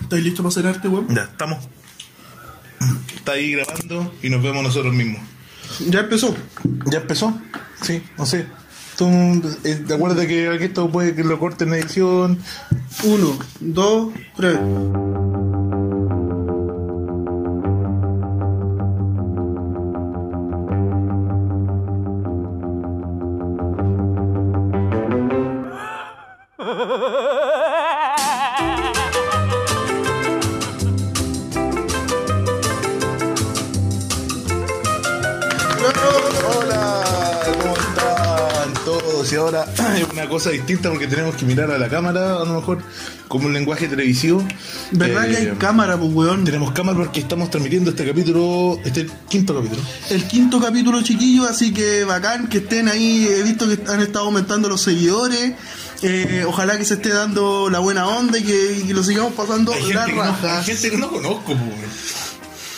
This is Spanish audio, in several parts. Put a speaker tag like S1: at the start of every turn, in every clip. S1: ¿Estáis listo para hacer arte, weón?
S2: Ya, estamos. Está ahí grabando y nos vemos nosotros mismos.
S1: Ya empezó.
S2: ¿Ya empezó? Sí, no sé. Tú, eh, ¿Te acuerdas que aquí esto puede que lo corten en edición?
S1: Uno, dos, tres.
S2: Hola, ¿cómo están todos? Y ahora es una cosa distinta porque tenemos que mirar a la cámara, a lo mejor, como un lenguaje televisivo.
S1: ¿Verdad que
S2: Eh,
S1: hay cámara, pues, weón?
S2: Tenemos cámara porque estamos transmitiendo este capítulo, este quinto capítulo.
S1: El quinto capítulo, chiquillo, así que bacán que estén ahí. He visto que han estado aumentando los seguidores. Eh, ojalá que se esté dando la buena onda y que, y que lo sigamos pasando
S2: Hay
S1: la
S2: gente, que no,
S1: raja.
S2: hay gente que no conozco, po, weón.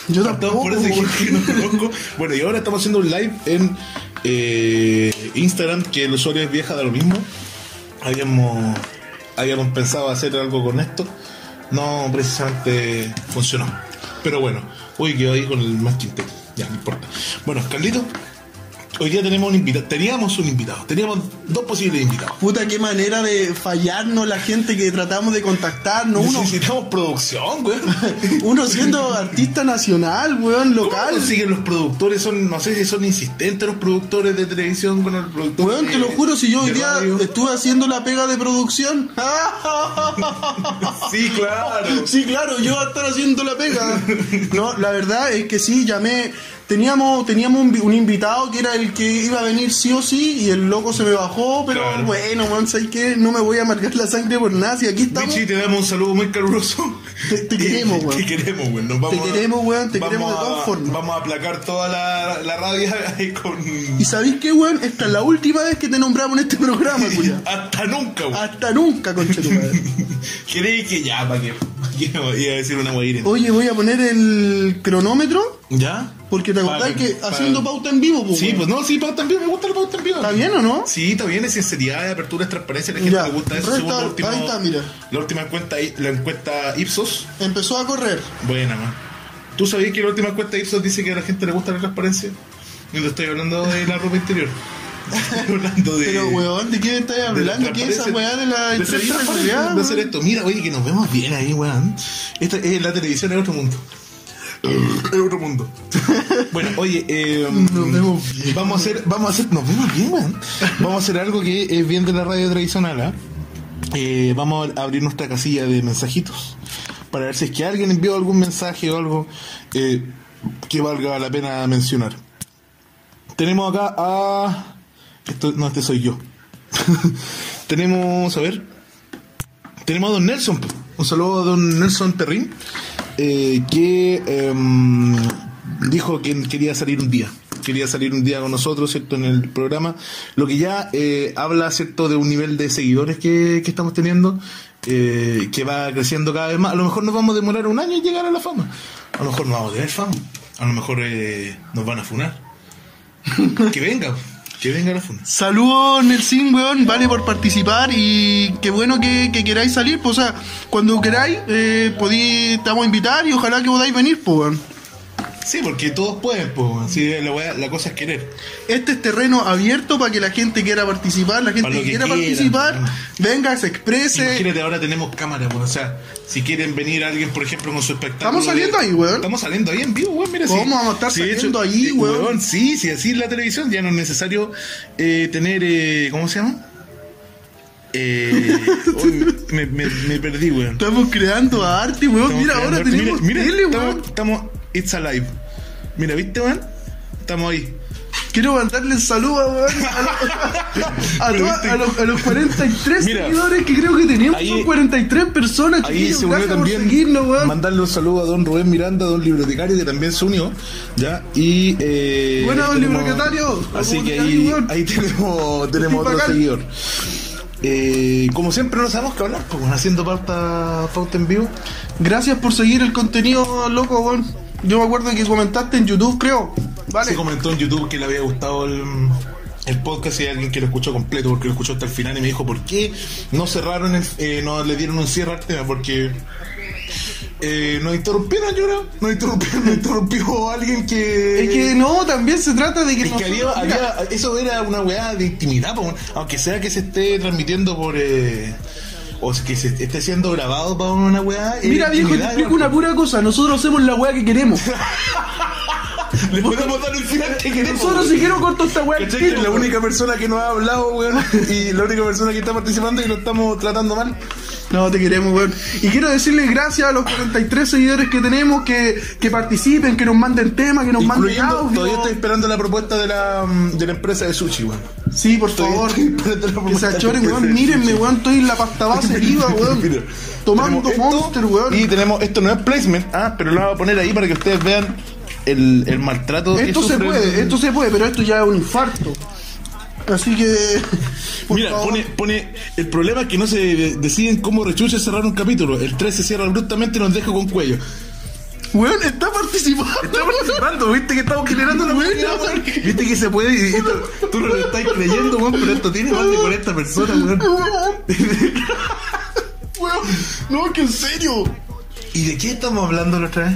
S1: Yo
S2: Estamos
S1: tampoco.
S2: por esa
S1: weón.
S2: gente que no conozco. Bueno, y ahora estamos haciendo un live en eh, Instagram, que el usuario es vieja, da lo mismo. Habíamos, habíamos pensado hacer algo con esto. No precisamente funcionó. Pero bueno, uy, quedó ahí con el más quinte. Ya, no importa. Bueno, Carlito, hoy día tenemos un invitado. Teníamos un invitado. Teníamos dos posibles invitados.
S1: Puta, qué manera de fallarnos la gente que tratamos de contactarnos. Uno,
S2: Necesitamos producción, güey.
S1: uno siendo artista nacional, weón,
S2: local.
S1: local.
S2: siguen los productores? Son, no sé si son insistentes los productores de televisión con el productor.
S1: Weón, te lo
S2: de-
S1: juro, si yo hoy
S2: Eh, de
S1: día
S2: radio.
S1: estuve haciendo la pega de producción.
S2: Sí, claro.
S1: Sí, claro, yo voy a estar haciendo la pega. No, la verdad es que sí, llamé. Teníamos, teníamos un, vi- un invitado que era el que iba a venir sí o sí y el loco se me bajó, pero
S2: Claro.
S1: bueno, weón, ¿sabes qué? No me voy a marcar la sangre por nada, si aquí estamos.
S2: Michi, te damos un saludo muy caluroso.
S1: Te- te queremos, weón.
S2: Te queremos, weón. Nos vamos
S1: Te
S2: a-
S1: queremos, weón, te
S2: vamos
S1: queremos de
S2: a-
S1: todas formas.
S2: Vamos a aplacar toda la, la rabia ahí con.
S1: ¿Y sabéis qué, weón? Esta es la última vez que te nombramos en este programa, cuya.
S2: Hasta nunca, weón.
S1: Hasta nunca, concha de tu madre.
S2: Creí que ya, para que. Iba a decir una guairina.
S1: Oye, voy a poner el cronómetro
S2: ¿Ya?
S1: porque te acordás
S2: Para-
S1: que
S2: para-
S1: haciendo pauta en vivo, pues,
S2: Sí,
S1: weón.
S2: pues no, sí, pauta en vivo, me gusta la pauta en vivo.
S1: ¿Está bien o no?
S2: Sí, está bien, es sinceridad, es apertura, es transparencia, la gente
S1: Ya,
S2: le gusta eso.
S1: ahí
S2: según
S1: está,
S2: lo último-
S1: ahí está, mira.
S2: La última encuesta, la encuesta Ipsos,
S1: Empezó a correr.
S2: buena, man. ¿Tú sabías que la última encuesta Ipsos dice que a la gente le gusta la transparencia? Y no estoy hablando de la ropa interior. Estoy hablando de...
S1: Pero, weón, ¿de qué estás
S2: de la
S1: hablando? ¿Qué es esa weá
S2: transparencia.
S1: de la
S2: De ser
S1: entrevista
S2: transparente,
S1: culiada,
S2: de hacer
S1: weón?
S2: esto. Mira, oye, que nos vemos bien ahí, weón. Esta es la televisión en otro mundo. En otro mundo. Bueno, oye, eh,
S1: Nos vemos bien.
S2: Vamos a hacer, vamos a hacer, nos vemos bien, weón. Vamos a hacer algo que es bien de la radio tradicional, ¿ah? Eh, vamos a abrir nuestra casilla de mensajitos para ver si es que alguien envió algún mensaje o algo eh, que valga la pena mencionar. Tenemos acá a. Esto, no, este soy yo. Tenemos, a ver. Tenemos a don Nelson. po. Un saludo a don Nelson Perrin, eh, que em, dijo que quería salir un día. Quería salir un día con nosotros, ¿cierto? En el programa. Lo que ya eh, habla, ¿cierto? De un nivel de seguidores que, que estamos teniendo, eh, que va creciendo cada vez más. A lo mejor nos vamos a demorar un año en llegar a la fama. A lo mejor no vamos a tener fama. A lo mejor eh, nos van a funar. que venga, que venga la funa.
S1: Saludos, Nelsin, weón. Vale por participar y qué bueno que, que queráis salir. Pues, o sea, cuando queráis, eh, podí, te vamos a invitar y ojalá que podáis venir, pues, weón.
S2: Sí, porque todos pueden, pues. la, wea- la cosa es querer.
S1: Este es terreno abierto para que la gente quiera participar, la gente
S2: Para
S1: que,
S2: lo que
S1: quiera
S2: quieran,
S1: participar,
S2: weón.
S1: venga, se exprese.
S2: Imagínate, ahora tenemos cámara, pues. O sea, si quieren venir alguien, por ejemplo, con su espectáculo.
S1: Estamos saliendo
S2: de-
S1: ahí, weón.
S2: Estamos saliendo ahí en vivo, weón. Mira,
S1: ¿Cómo
S2: sí.
S1: vamos a estar
S2: Sí, de hecho,
S1: saliendo ahí,
S2: eh,
S1: weón?
S2: Sí, sí, así es la televisión. Ya no es necesario eh, tener. eh, ¿Cómo se llama? Eh, uy, me, me- me perdí, weón.
S1: Estamos creando arte, weón.
S2: Estamos
S1: mira,
S2: creando
S1: ahora
S2: arte.
S1: tenemos
S2: mira, mira,
S1: tele,
S2: estamos,
S1: weón.
S2: estamos. It's alive. Mira, ¿viste, weón? Estamos ahí.
S1: Quiero mandarle saludos, weón, a, lo- a toda- a los, a los 43
S2: este Mira,
S1: seguidores que creo que tenemos.
S2: ahí-
S1: Son 43 personas,
S2: Ahí
S1: chiquillos.
S2: se unió
S1: gracias
S2: también.
S1: por seguirnos, weón.
S2: Mandarle un saludo a don Rubén Miranda, don bibliotecario, que también se unió. ¿ya? Y, eh,
S1: Buena, don
S2: tenemos-
S1: bibliotecario.
S2: Así que
S1: Bibliotecario,
S2: ahí,
S1: weón.
S2: ahí tenemos, tenemos otro
S1: bacán.
S2: seguidor. Eh, como siempre, no sabemos qué hablar, pues, bueno, haciendo pauta, pauta en vivo.
S1: Gracias por seguir el contenido, loco, weón. Yo me acuerdo que comentaste en YouTube, creo. Vale.
S2: Se comentó en YouTube que le había gustado el, el podcast y hay alguien que lo escuchó completo porque lo escuchó hasta el final y me dijo, ¿por qué no cerraron, el- eh, no le dieron un cierre al tema? Porque Eh, nos interrumpieron, yo creo. Nos interrumpieron, nos interrumpió alguien que.
S1: Es que no, también se trata de que.
S2: eh, Es que había,
S1: nosotros- mira,
S2: había- eso era una weá de intimidad, po, weón. aunque sea que se esté transmitiendo por. eh, o que se esté siendo grabado para una weá. era
S1: Mira, viejo, te
S2: eh, intimidad,
S1: explico
S2: weón.
S1: una pura cosa. Nosotros hacemos la weá que queremos.
S2: Le podemos dar el final que queremos.
S1: Nosotros,
S2: weón.
S1: si quiero, corto esta weá. al
S2: ¿Cachai? Que es
S1: tiro,
S2: la
S1: weón.
S2: única persona que nos ha hablado, weón. Y la única persona que está participando y lo estamos tratando mal.
S1: No, te queremos, weón. Y quiero decirles gracias a los 43 seguidores que tenemos, que, que participen, que nos manden temas, que nos manden
S2: Incluyendo, todavía
S1: audio.
S2: estoy esperando la propuesta de la, mm, de la empresa de sushi, weón.
S1: Sí, por
S2: Todavía
S1: favor.
S2: estoy esperando la
S1: Que
S2: propuesta
S1: se
S2: de la
S1: achoren,
S2: empresa
S1: weón.
S2: de
S1: Mírenme,
S2: sushi.
S1: weón. Estoy en la pasta
S2: Ah,
S1: base viva,
S2: Mira,
S1: weón. Tomando
S2: tenemos esto
S1: Monster, weón.
S2: Y tenemos, esto no es placement, ah, pero lo vamos a poner ahí para que ustedes vean el, el maltrato. que
S1: Esto se
S2: sufre
S1: puede,
S2: el-
S1: esto se puede, pero esto ya es un infarto. Así que. por
S2: Mira,
S1: favor.
S2: pone, pone. El problema es que no se de- deciden cómo rechuche cerrar un capítulo. El 3 se cierra abruptamente y nos deja con cuello.
S1: Weón, está participando.
S2: participando, viste que estamos generando una
S1: Bueno.
S2: comunidad, weón. Viste que se puede. y esto- tú no lo estás creyendo, weón, pero esto tiene más de 40 personas, weón.
S1: Weón, no, que en serio.
S2: ¿Y de qué estamos hablando la otra vez?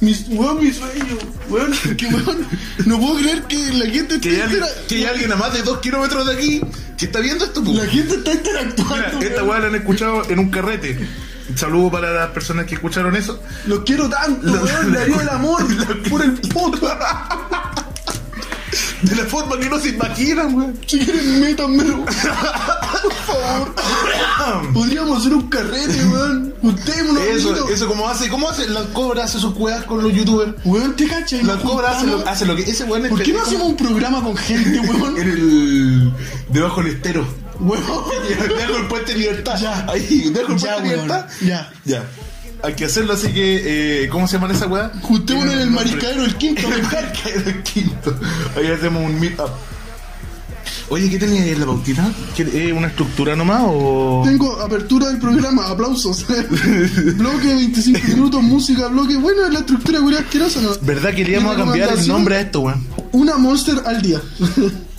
S1: Mis, weón, mi sueño. Weón, que weón. No puedo creer que la gente
S2: Que hay,
S1: está
S2: alguien,
S1: intera-
S2: que hay alguien a más de 2 kilómetros de aquí que está viendo esto,
S1: La
S2: weón.
S1: gente está
S2: Mira,
S1: interactuando.
S2: esta
S1: weón.
S2: weá la han escuchado en un carrete. Un saludo para las personas que escucharon eso.
S1: Los quiero tanto,
S2: La-
S1: weón. Le haría el amor
S2: la-
S1: por el puto.
S2: De la forma que no se imaginan, weón.
S1: Si quieren, métanmelo. Por favor. Podríamos hacer un carrete, weón. Juntémonos,
S2: Eso,
S1: amiguitos.
S2: eso como hace, ¿cómo hace? La cobra hace sus weas con los youtubers.
S1: Weón, te cachas.
S2: La cobra hace lo,
S1: Juntamos.
S2: hace lo que ese weón es
S1: ¿Por qué no
S2: pendejo.
S1: hacemos un programa con gente, weón?
S2: En el. debajo del estero.
S1: Weón.
S2: Ya, Debajo el puente de libertad.
S1: Ya.
S2: Ahí, debajo el
S1: Ya,
S2: puente de
S1: weón.
S2: libertad.
S1: Ya.
S2: Ya. Hay que hacerlo así que. eh, ¿Cómo se llama esa weá?
S1: Juntémonos en el
S2: maricadero
S1: maricadero el quinto,
S2: En el
S1: weón.
S2: maricadero del quinto. Ahí hacemos un meet up. Oye, ¿qué tenía ahí en la pautita? ¿Qué- eh, ¿Una estructura nomás o.?
S1: Tengo apertura del programa, aplausos. bloque 25 minutos, música, bloque. Bueno, es la estructura güey, asquerosa, ¿no?
S2: ¿Verdad que le íbamos a cambiar el
S1: Recomendación,
S2: nombre a esto, weón?
S1: Una monster al día.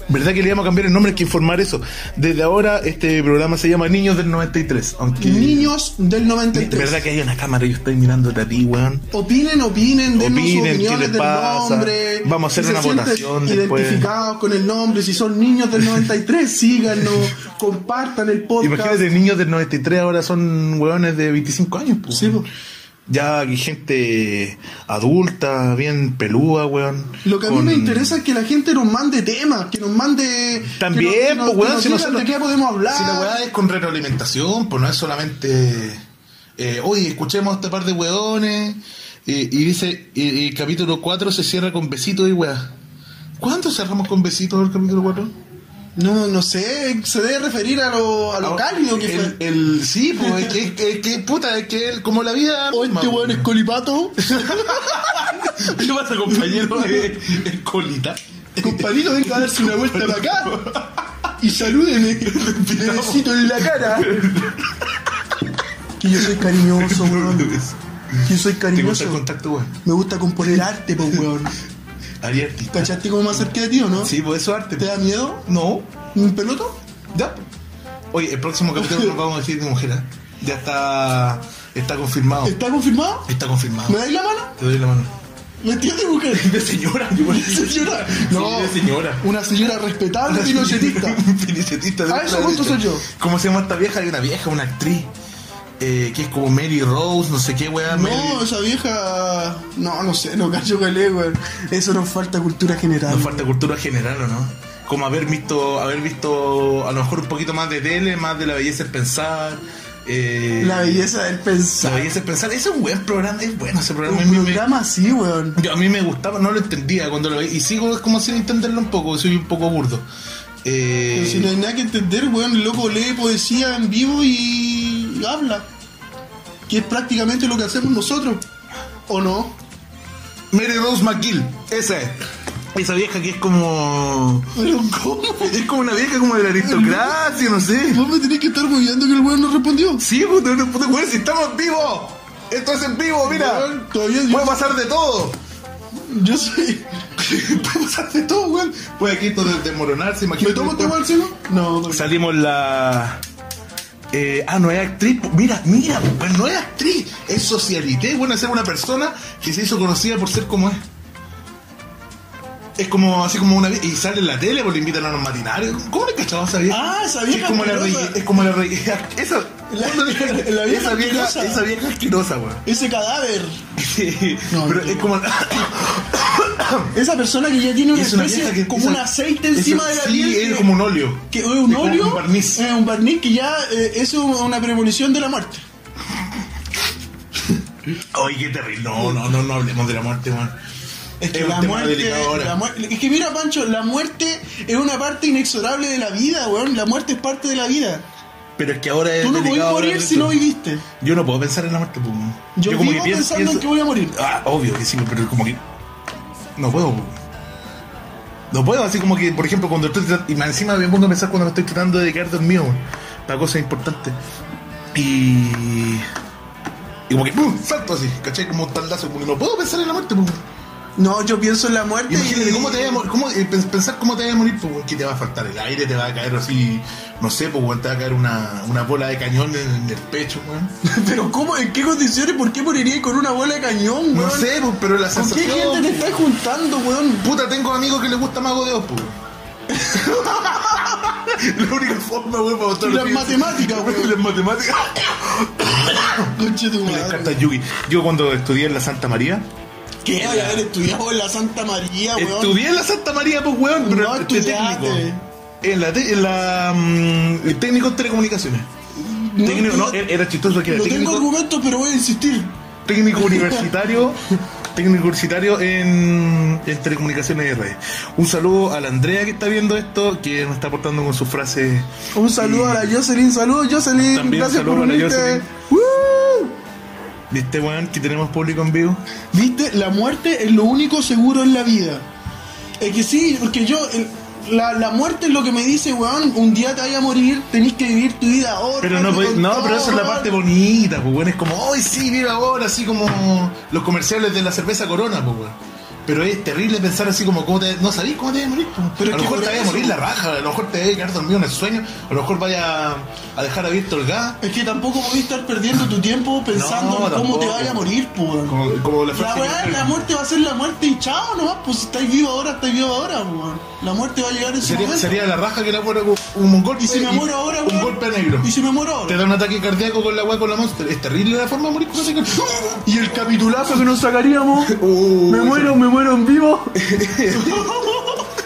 S2: ¿Verdad que le íbamos a cambiar el nombre? Hay que informar eso. Desde ahora este programa se llama Niños del 93. Aunque.
S1: Niños del
S2: De
S1: 93.
S2: verdad que hay una cámara y yo estoy mirándote a ti, weón.
S1: Opinen, opinen, dennos
S2: Opinen,
S1: sus
S2: ¿qué
S1: opiniones
S2: les
S1: del
S2: pasa?
S1: nombre.
S2: Vamos a hacer
S1: si se
S2: una
S1: sienten
S2: votación después.
S1: Identificados con el nombre, si son niños del 93, síganos, compartan el podcast.
S2: Imagínate, niños del 93 ahora son weones de 25 años, pues.
S1: Sí, po.
S2: Ya hay gente adulta, bien pelúa, weón.
S1: Lo que a mí
S2: Con-
S1: me interesa es que la gente nos mande temas, que nos mande.
S2: También,
S1: que nos- que nos-
S2: pues, weón,
S1: que nos
S2: si
S1: digan
S2: nosotros-
S1: de qué podemos hablar.
S2: Si la weá es con retroalimentación, pues no es solamente. eh, Oye, escuchemos este par de weones. Y, y dice: y- y capítulo 4 se cierra con besitos y weá. ¿Cuándo cerramos con besitos el capítulo 4?
S1: No, no sé, se debe referir a lo, a lo cálido que
S2: Ah, el,
S1: fue.
S2: el- Sí, pues, es que, es que- puta, es que él, como la vida.
S1: O
S2: misma,
S1: este weón es colipato,
S2: ¿Qué pasa, compañero? Eh, El colita.
S1: compadito, venga a darse una vuelta para acá y salúdeme. Le besito en la cara. Que yo soy cariñoso, weón. Que Yo soy
S2: ¿Te gusta el
S1: cariñoso.
S2: contacto, weón?
S1: Me gusta componer arte, pues, weón.
S2: Haría artista.
S1: ¿Cachaste cómo me acerqué de ti o no?
S2: Sí, pues eso es arte.
S1: ¿Te da miedo?
S2: No.
S1: ¿Un peloto?
S2: Ya. Oye, el próximo capítulo nos vamos a decir de mujer. ¿ah? Ya está. Está confirmado.
S1: ¿Está confirmado?
S2: Está
S1: ¿Me
S2: confirmado.
S1: dais la mano?
S2: Te doy la mano.
S1: ¿Me entiendes, mujer?
S2: De señora, yo
S1: Señora. No,
S2: de señora.
S1: Una señora respetable pinochetista.
S2: Pinochetista. de
S1: Ah, eso, ¿cuánto
S2: derecha.
S1: soy yo?
S2: ¿Cómo se llama esta vieja? Hay una vieja, una actriz. eh, que es como Mary Rose, no sé qué, weá.
S1: No,
S2: Mary-
S1: esa vieja. No, no sé, no cacho calé, weón. Eso nos falta cultura general.
S2: Nos falta cultura general, ¿o no? Como haber visto, haber visto a lo mejor un poquito más de tele, más de la belleza es pensar. eh,
S1: La belleza del
S2: La
S1: pensar.
S2: belleza es pensar. Ese es un buen programa, es bueno ese programa. A
S1: Un
S2: mí me-
S1: programa así, weón.
S2: yo- a mí me gustaba, no lo entendía cuando lo veía. Y sigo como sin entenderlo un poco, soy un poco burdo. Eh,
S1: Pero si no hay nada que entender, weón, el loco lee poesía en vivo y habla. Que es prácticamente lo que hacemos nosotros. ¿O no?
S2: Mary Rose McGill, esa es. Esa vieja que es como.
S1: Pero ¿cómo?
S2: Es como una vieja como de la aristocracia, no sé.
S1: Vos me tenés que estar moviendo que el weón no respondió.
S2: Sí, puto, no, puto, weón, si estamos vivos. Esto es en vivo, mira.
S1: Weón, todavía yo-
S2: Puede pasar de todo.
S1: Yo soy.
S2: Puede pasar de todo, weón. Puede aquí esto de- desmoronarse,
S1: ¿Me
S2: imagínate.
S1: tomo este
S2: después.
S1: weón, sí, no? No, no.
S2: Salimos la. Eh, ah, no es actriz. Mira, mira, pues no es actriz. Es socialité. Bueno, es ser una persona que se hizo conocida por ser como es. Es como así como una. Y sale en la tele porque le invitan a los matinarios. ¿Cómo le cachaba esa vieja?
S1: Ah, esa
S2: Sí,
S1: vieja
S2: es como la
S1: asquerosa.
S2: rey. Es como la rey. Esa,
S1: La-
S2: ¿cuándo dije?
S1: la vieja
S2: esa vieja,
S1: asquerosa.
S2: esa vieja asquerosa, weón.
S1: Ese cadáver.
S2: Sí,
S1: No,
S2: pero
S1: no.
S2: es como.
S1: Esa persona que ya tiene una
S2: es una
S1: especie
S2: vieja que.
S1: como
S2: esa-
S1: un aceite encima
S2: esa-
S1: de la
S2: sí,
S1: piel.
S2: es
S1: que-
S2: como un óleo.
S1: que es un
S2: Es como un
S1: óleo,
S2: barniz.
S1: eh, un barniz que ya eh, es un- una premonición de la muerte.
S2: Ay, qué terrible. No, no, no, no hablemos de la muerte, weón.
S1: Es que
S2: Es un
S1: la
S2: tema
S1: muerte,
S2: delicado ahora.
S1: la muer- es que mira Pancho, la muerte es una parte inexorable de la vida, weón. La muerte es parte de la vida.
S2: Pero es que ahora es.
S1: Tú no podés
S2: delicado
S1: morir
S2: hablar de
S1: si
S2: eso.
S1: no viviste.
S2: Yo no puedo pensar en la muerte, pues. weón.
S1: Yo,
S2: como
S1: vivo
S2: que pienso-
S1: pensando en que
S2: pienso-
S1: voy a morir.
S2: Ah, obvio que sí, pero como que. No puedo, pues. No puedo, así como que, por ejemplo, cuando estoy tratando. Y más encima me pongo a pensar cuando me estoy tratando de dedicar dormido, weón, Para cosas importantes. Y. Y como que, ¡pum! Salto así, ¿cachai? Como un taldazo, como que no puedo pensar en la muerte, pues. weón.
S1: No, yo pienso en la muerte.
S2: Imagínate
S1: y-
S2: cómo te vaya a morir, cómo, eh, pens- pensar cómo te vaya a morir, pues, weón, que te va a faltar el aire, te va a caer así, no sé, pues, weón, te va a caer una, una bola de cañón en, en el pecho, weón.
S1: Pero cómo, en qué condiciones, por qué moriría con una bola de cañón, weón.
S2: No sé, pues, pero la
S1: ¿Con qué
S2: sensación...
S1: gente te estás juntando, weón?
S2: Puta, tengo amigos que les gusta Mago de Oz, pues. weón. La única forma, weón, para votar
S1: Y las matemáticas, weón.
S2: Las matemáticas.
S1: Conche tu
S2: Me
S1: madre.
S2: encanta Yugi. Yo cuando estudié en la Santa María...
S1: ¿Qué? Voy a haber estudiado en la Santa
S2: Ah,
S1: María, weón.
S2: Estudié en la Santa María, pues, weón, pero
S1: No
S2: de
S1: estudiaste.
S2: técnico. En la, te- en la mm, el técnico en telecomunicaciones.
S1: No,
S2: técnico,
S1: no-
S2: no, era era chistoso que era
S1: No tengo
S2: técnico,
S1: argumentos, pero voy a insistir.
S2: técnico universitario, técnico universitario en, en telecomunicaciones de redes. Un saludo a la Andrea que está viendo esto, que nos está aportando con sus frases.
S1: Un saludo a la Jocelyn, saludos Jocelyn,
S2: También
S1: gracias
S2: saludo
S1: por
S2: a la
S1: unirte.
S2: Jocelyn.
S1: ¡Woo!
S2: ¿Viste, este weón, que tenemos público en vivo?
S1: Viste, la muerte es lo único seguro en la vida. Es que sí, porque yo, el- la, la muerte es lo que me dice, weón, un día te vaya a morir, tenés que vivir tu vida ahora.
S2: Pero no,
S1: con
S2: pues, no,
S1: todo,
S2: pero esa es la
S1: weón.
S2: parte bonita, pues, weón. Es como, hoy sí, vive ahora, así como los comerciales de la cerveza Corona, pues, weón. Pero es terrible pensar así como, ¿cómo te, no sabís cómo te vas a morir, pues.
S1: Pero es
S2: a
S1: que
S2: lo mejor te
S1: por
S2: vaya a
S1: eso-
S2: morir la raja, a lo mejor te vas a quedar dormido en el sueño, a lo mejor vaya a dejar abierto el gas.
S1: Es que tampoco podés estar perdiendo tu tiempo pensando
S2: No,
S1: en cómo te
S2: tampoco.
S1: vaya a morir, po, weón.
S2: Como, como la
S1: La
S2: frase.
S1: weá,
S2: que-
S1: la muerte va a ser la muerte y chao nomás, pues si estáis vivo ahora, estáis vivo ahora, po, weón. La muerte va a llegar en su
S2: sería,
S1: momento.
S2: sería la raja que la muera con un golpe
S1: Y si me muero ahora,
S2: un
S1: weón.
S2: golpe negro.
S1: Y si me muero
S2: Te
S1: ahora.
S2: da un ataque cardíaco con la weá con la monster. Es terrible la forma de morir con ese Y el capitulazo que nos sacaríamos. me muero, me muero en vivo.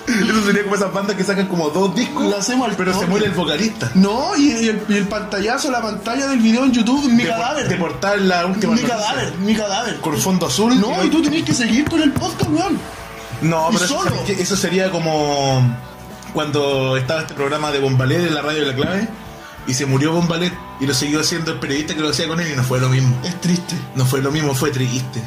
S2: Eso sería como esas bandas que sacan como dos discos.
S1: Lo hacemos al
S2: pero se
S1: toque.
S2: muere el vocalista.
S1: No, y, y el, y el pantallazo, la pantalla del video en YouTube, mi
S2: Depor-
S1: cadáver.
S2: Deportar la última.
S1: mi
S2: noticia.
S1: cadáver, mi cadáver.
S2: Con fondo azul.
S1: No, y tú tenés que seguir con el podcast, weón.
S2: No,
S1: y
S2: pero eso,
S1: solo.
S2: ¿sabes qué? Eso sería como cuando estaba este programa de Bombalet en la radio de la clave y se murió Bombalet y lo siguió haciendo el periodista que lo hacía con él y no fue lo mismo.
S1: Es triste.
S2: No fue lo mismo, fue triste.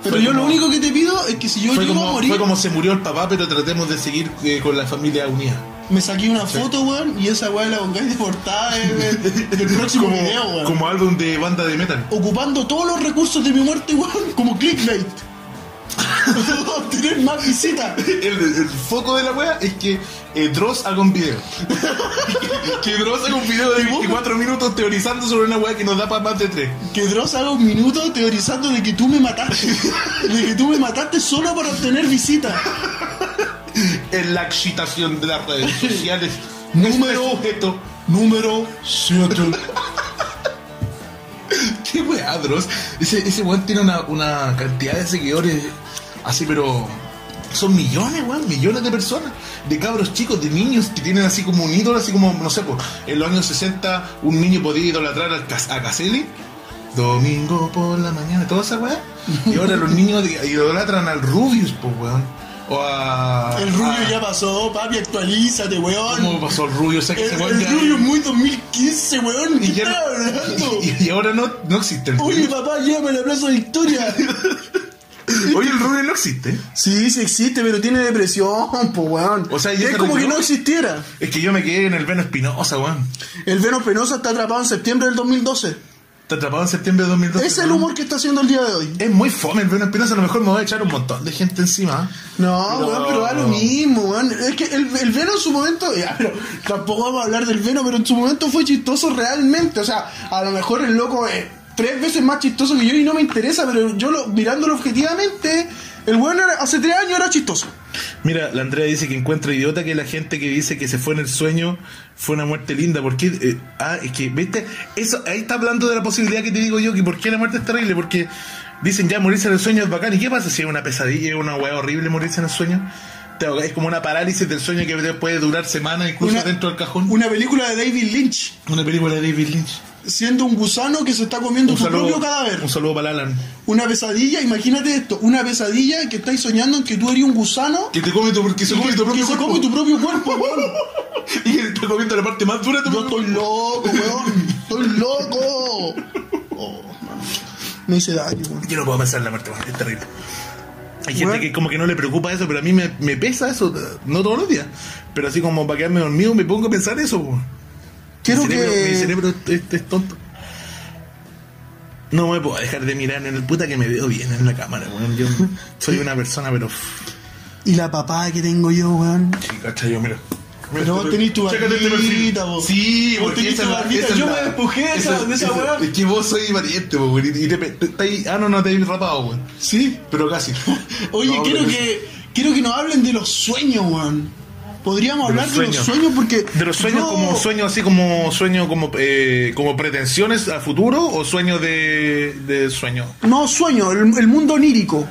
S1: Pero
S2: Fue
S1: yo lo
S2: como-
S1: único que te pido es que si yo
S2: Fue
S1: llego a
S2: como,
S1: morir,
S2: fue como se murió el papá, pero tratemos de seguir eh, con la familia unida.
S1: me saqué una foto, weón, y esa weón la pongáis de portada en el próximo
S2: Como,
S1: video, weón.
S2: como álbum de banda de metal.
S1: Ocupando todos los recursos de mi muerte, weón, como clickbait. Tener más visitas.
S2: El, el foco de la wea es que eh, Dross haga un video. que Dross haga un video de 24 minutos teorizando sobre una wea que nos da para más de 3.
S1: Que Dross haga un minuto teorizando de que tú me mataste. De que tú me mataste solo para obtener visitas.
S2: en la excitación de las redes sociales.
S1: Número-
S2: Este sujeto.
S1: Número 7.
S2: Qué weá, Dross. Ese, ese weón tiene una, una cantidad de seguidores así, pero. Son millones, weón, millones de personas, de cabros chicos, de niños que tienen así como un ídolo, así como, no sé, pues, en los años 60 un niño podía idolatrar al Cas- a Caselli, domingo por la mañana, toda esa weá. Y ahora los niños de- idolatran al Rubius, pues, weón. O a.
S1: El rubio
S2: a-
S1: ya pasó, papi, actualízate, weón.
S2: ¿Cómo pasó el Rubius? O sea, que
S1: El,
S2: ese weón
S1: el
S2: ya-
S1: rubio muy 2015, weón. ¿Qué
S2: Y, ya
S1: estás
S2: no-
S1: hablando?
S2: y- y ahora no, no existe el
S1: Oye,
S2: Rubio.
S1: papá, llévame a la Plaza Victoria.
S2: Oye, el Rubio no existe.
S1: sí, sí existe, pero tiene depresión, po, weón.
S2: O sea, ¿y
S1: es
S2: esta
S1: como que
S2: reunión?
S1: no existiera.
S2: Es que yo me quedé en el Veno Espinosa, weón.
S1: El Veno Penosa está atrapado en septiembre del 2012.
S2: Está atrapado en septiembre de 2012.
S1: Es el humor que está haciendo el día de hoy.
S2: Es muy fome el Bruno Espinosa, a lo mejor me voy a echar un montón de gente encima.
S1: No,
S2: No.
S1: weón, pero da lo mismo, weón. Es que el, el Veno en su momento, ya, pero tampoco vamos a hablar del Veno, pero en su momento fue chistoso realmente. O sea, a lo mejor el loco es tres veces más chistoso que yo y no me interesa, pero yo lo, mirándolo objetivamente, el weón era- hace tres años era chistoso.
S2: Mira, la Andrea dice que encuentra idiota que la gente que dice que se fue en el sueño fue una muerte linda. Porque, ah, es que, viste, eso, ahí está hablando de la posibilidad que te digo yo, que por qué la muerte es terrible. Porque dicen ya morirse en el sueño es bacán. ¿Y qué pasa si es una pesadilla, es una hueá horrible morirse en el sueño? Te ahogas, es como una parálisis del sueño que te puede durar semanas, incluso
S1: Una-
S2: dentro del cajón.
S1: Una película de David Lynch,
S2: Una película de David Lynch.
S1: siendo un gusano que se está comiendo su propio cadáver.
S2: un saludo para Alan.
S1: Una pesadilla, imagínate esto, una pesadilla que estáis soñando en que tú eres un gusano
S2: Que te come tu, que se
S1: y
S2: come
S1: que,
S2: tu
S1: que
S2: propio
S1: se
S2: cuerpo.
S1: come tu propio cuerpo, weón.
S2: Y que te está comiendo la parte más dura de tu
S1: Yo
S2: propio
S1: estoy loco, weón. Estoy loco. Oh, man. me hice daño, weón.
S2: Yo no puedo pensar en la muerte, weón, es terrible. Hay gente
S1: Bueno.
S2: que como que no le preocupa eso, pero a mí me, me pesa eso, no todos los días. Pero así como para quedarme dormido me pongo a pensar eso, weón.
S1: Quiero
S2: mi cerebro, mi
S1: que.
S2: cerebro es, es tonto. No me puedo dejar de mirar en el puta que me veo bien en la cámara, weón. Yo soy una persona, pero... uff,
S1: Y la papada que tengo yo, weón.
S2: Sí, cacha, yo, mira.
S1: Pero vos tenés tu
S2: Chécate este
S1: barbita,
S2: perfil.
S1: vos.
S2: Sí,
S1: Vos
S2: porque
S1: tenés
S2: esa
S1: tu
S2: es la-
S1: barbita.
S2: esa es
S1: Yo
S2: la-
S1: me despojé de esa- de esa weá.
S2: Es que vos soy valiente, weón. Y te, te, te- te- ah, no, no, te habéis rapado, weón.
S1: Sí.
S2: Pero casi.
S1: Oye,
S2: No,
S1: quiero
S2: pero-
S1: que. Quiero que nos hablen de los sueños, weón. Podríamos
S2: De los
S1: hablar de los
S2: sueños.
S1: sueños porque.
S2: De los sueños
S1: yo-
S2: como sueño así como sueño como eh, como pretensiones a futuro o sueños de, de sueño.
S1: No, sueño, el, el mundo onírico.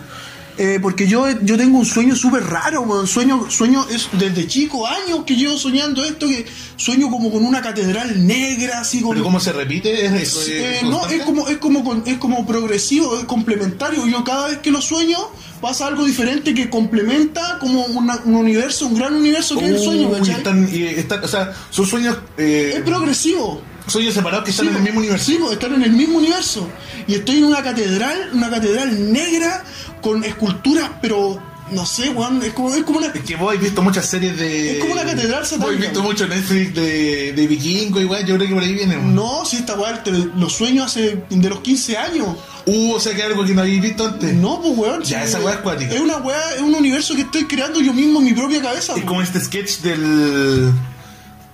S1: Eh, porque yo, yo tengo un sueño súper raro, weón. Sueño, sueño es desde chico, años que llevo soñando esto, que sueño como con una catedral negra, así con.
S2: Pero cómo se repite es, es-
S1: Eh,
S2: es
S1: no,
S2: constante?
S1: es como, es, como, con- es como progresivo, es complementario. Yo cada vez que lo sueño pasa algo diferente que complementa como una- un universo, un gran universo que es el sueño.
S2: Uy,
S1: ¿cachai?
S2: están, y están- o sea, son sueños
S1: Es
S2: eh,
S1: progresivo.
S2: sueños separados que están
S1: Sí,
S2: en el mismo universo.
S1: sí, po, están en el mismo universo. Y estoy en una catedral, una catedral negra con esculturas, pero no sé, weón, es como, es como una...
S2: Es que vos habéis visto muchas series de
S1: Es como una catedral
S2: Vos
S1: satánica.
S2: habéis visto mucho Netflix de, de vikingo igual, yo creo que por ahí viene.
S1: No, si esta weá, te- lo sueño hace de los 15 años.
S2: Uh, o sea que algo que no habéis visto antes.
S1: No, pues weón.
S2: Ya,
S1: si-
S2: esa weá es cuática.
S1: Es una weá, es un universo que estoy creando yo mismo en mi propia cabeza.
S2: Es
S1: po.
S2: como este sketch del.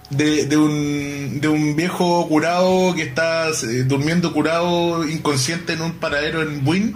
S2: De, de un, de un viejo curado que está eh, durmiendo curado, inconsciente en un paradero en Buin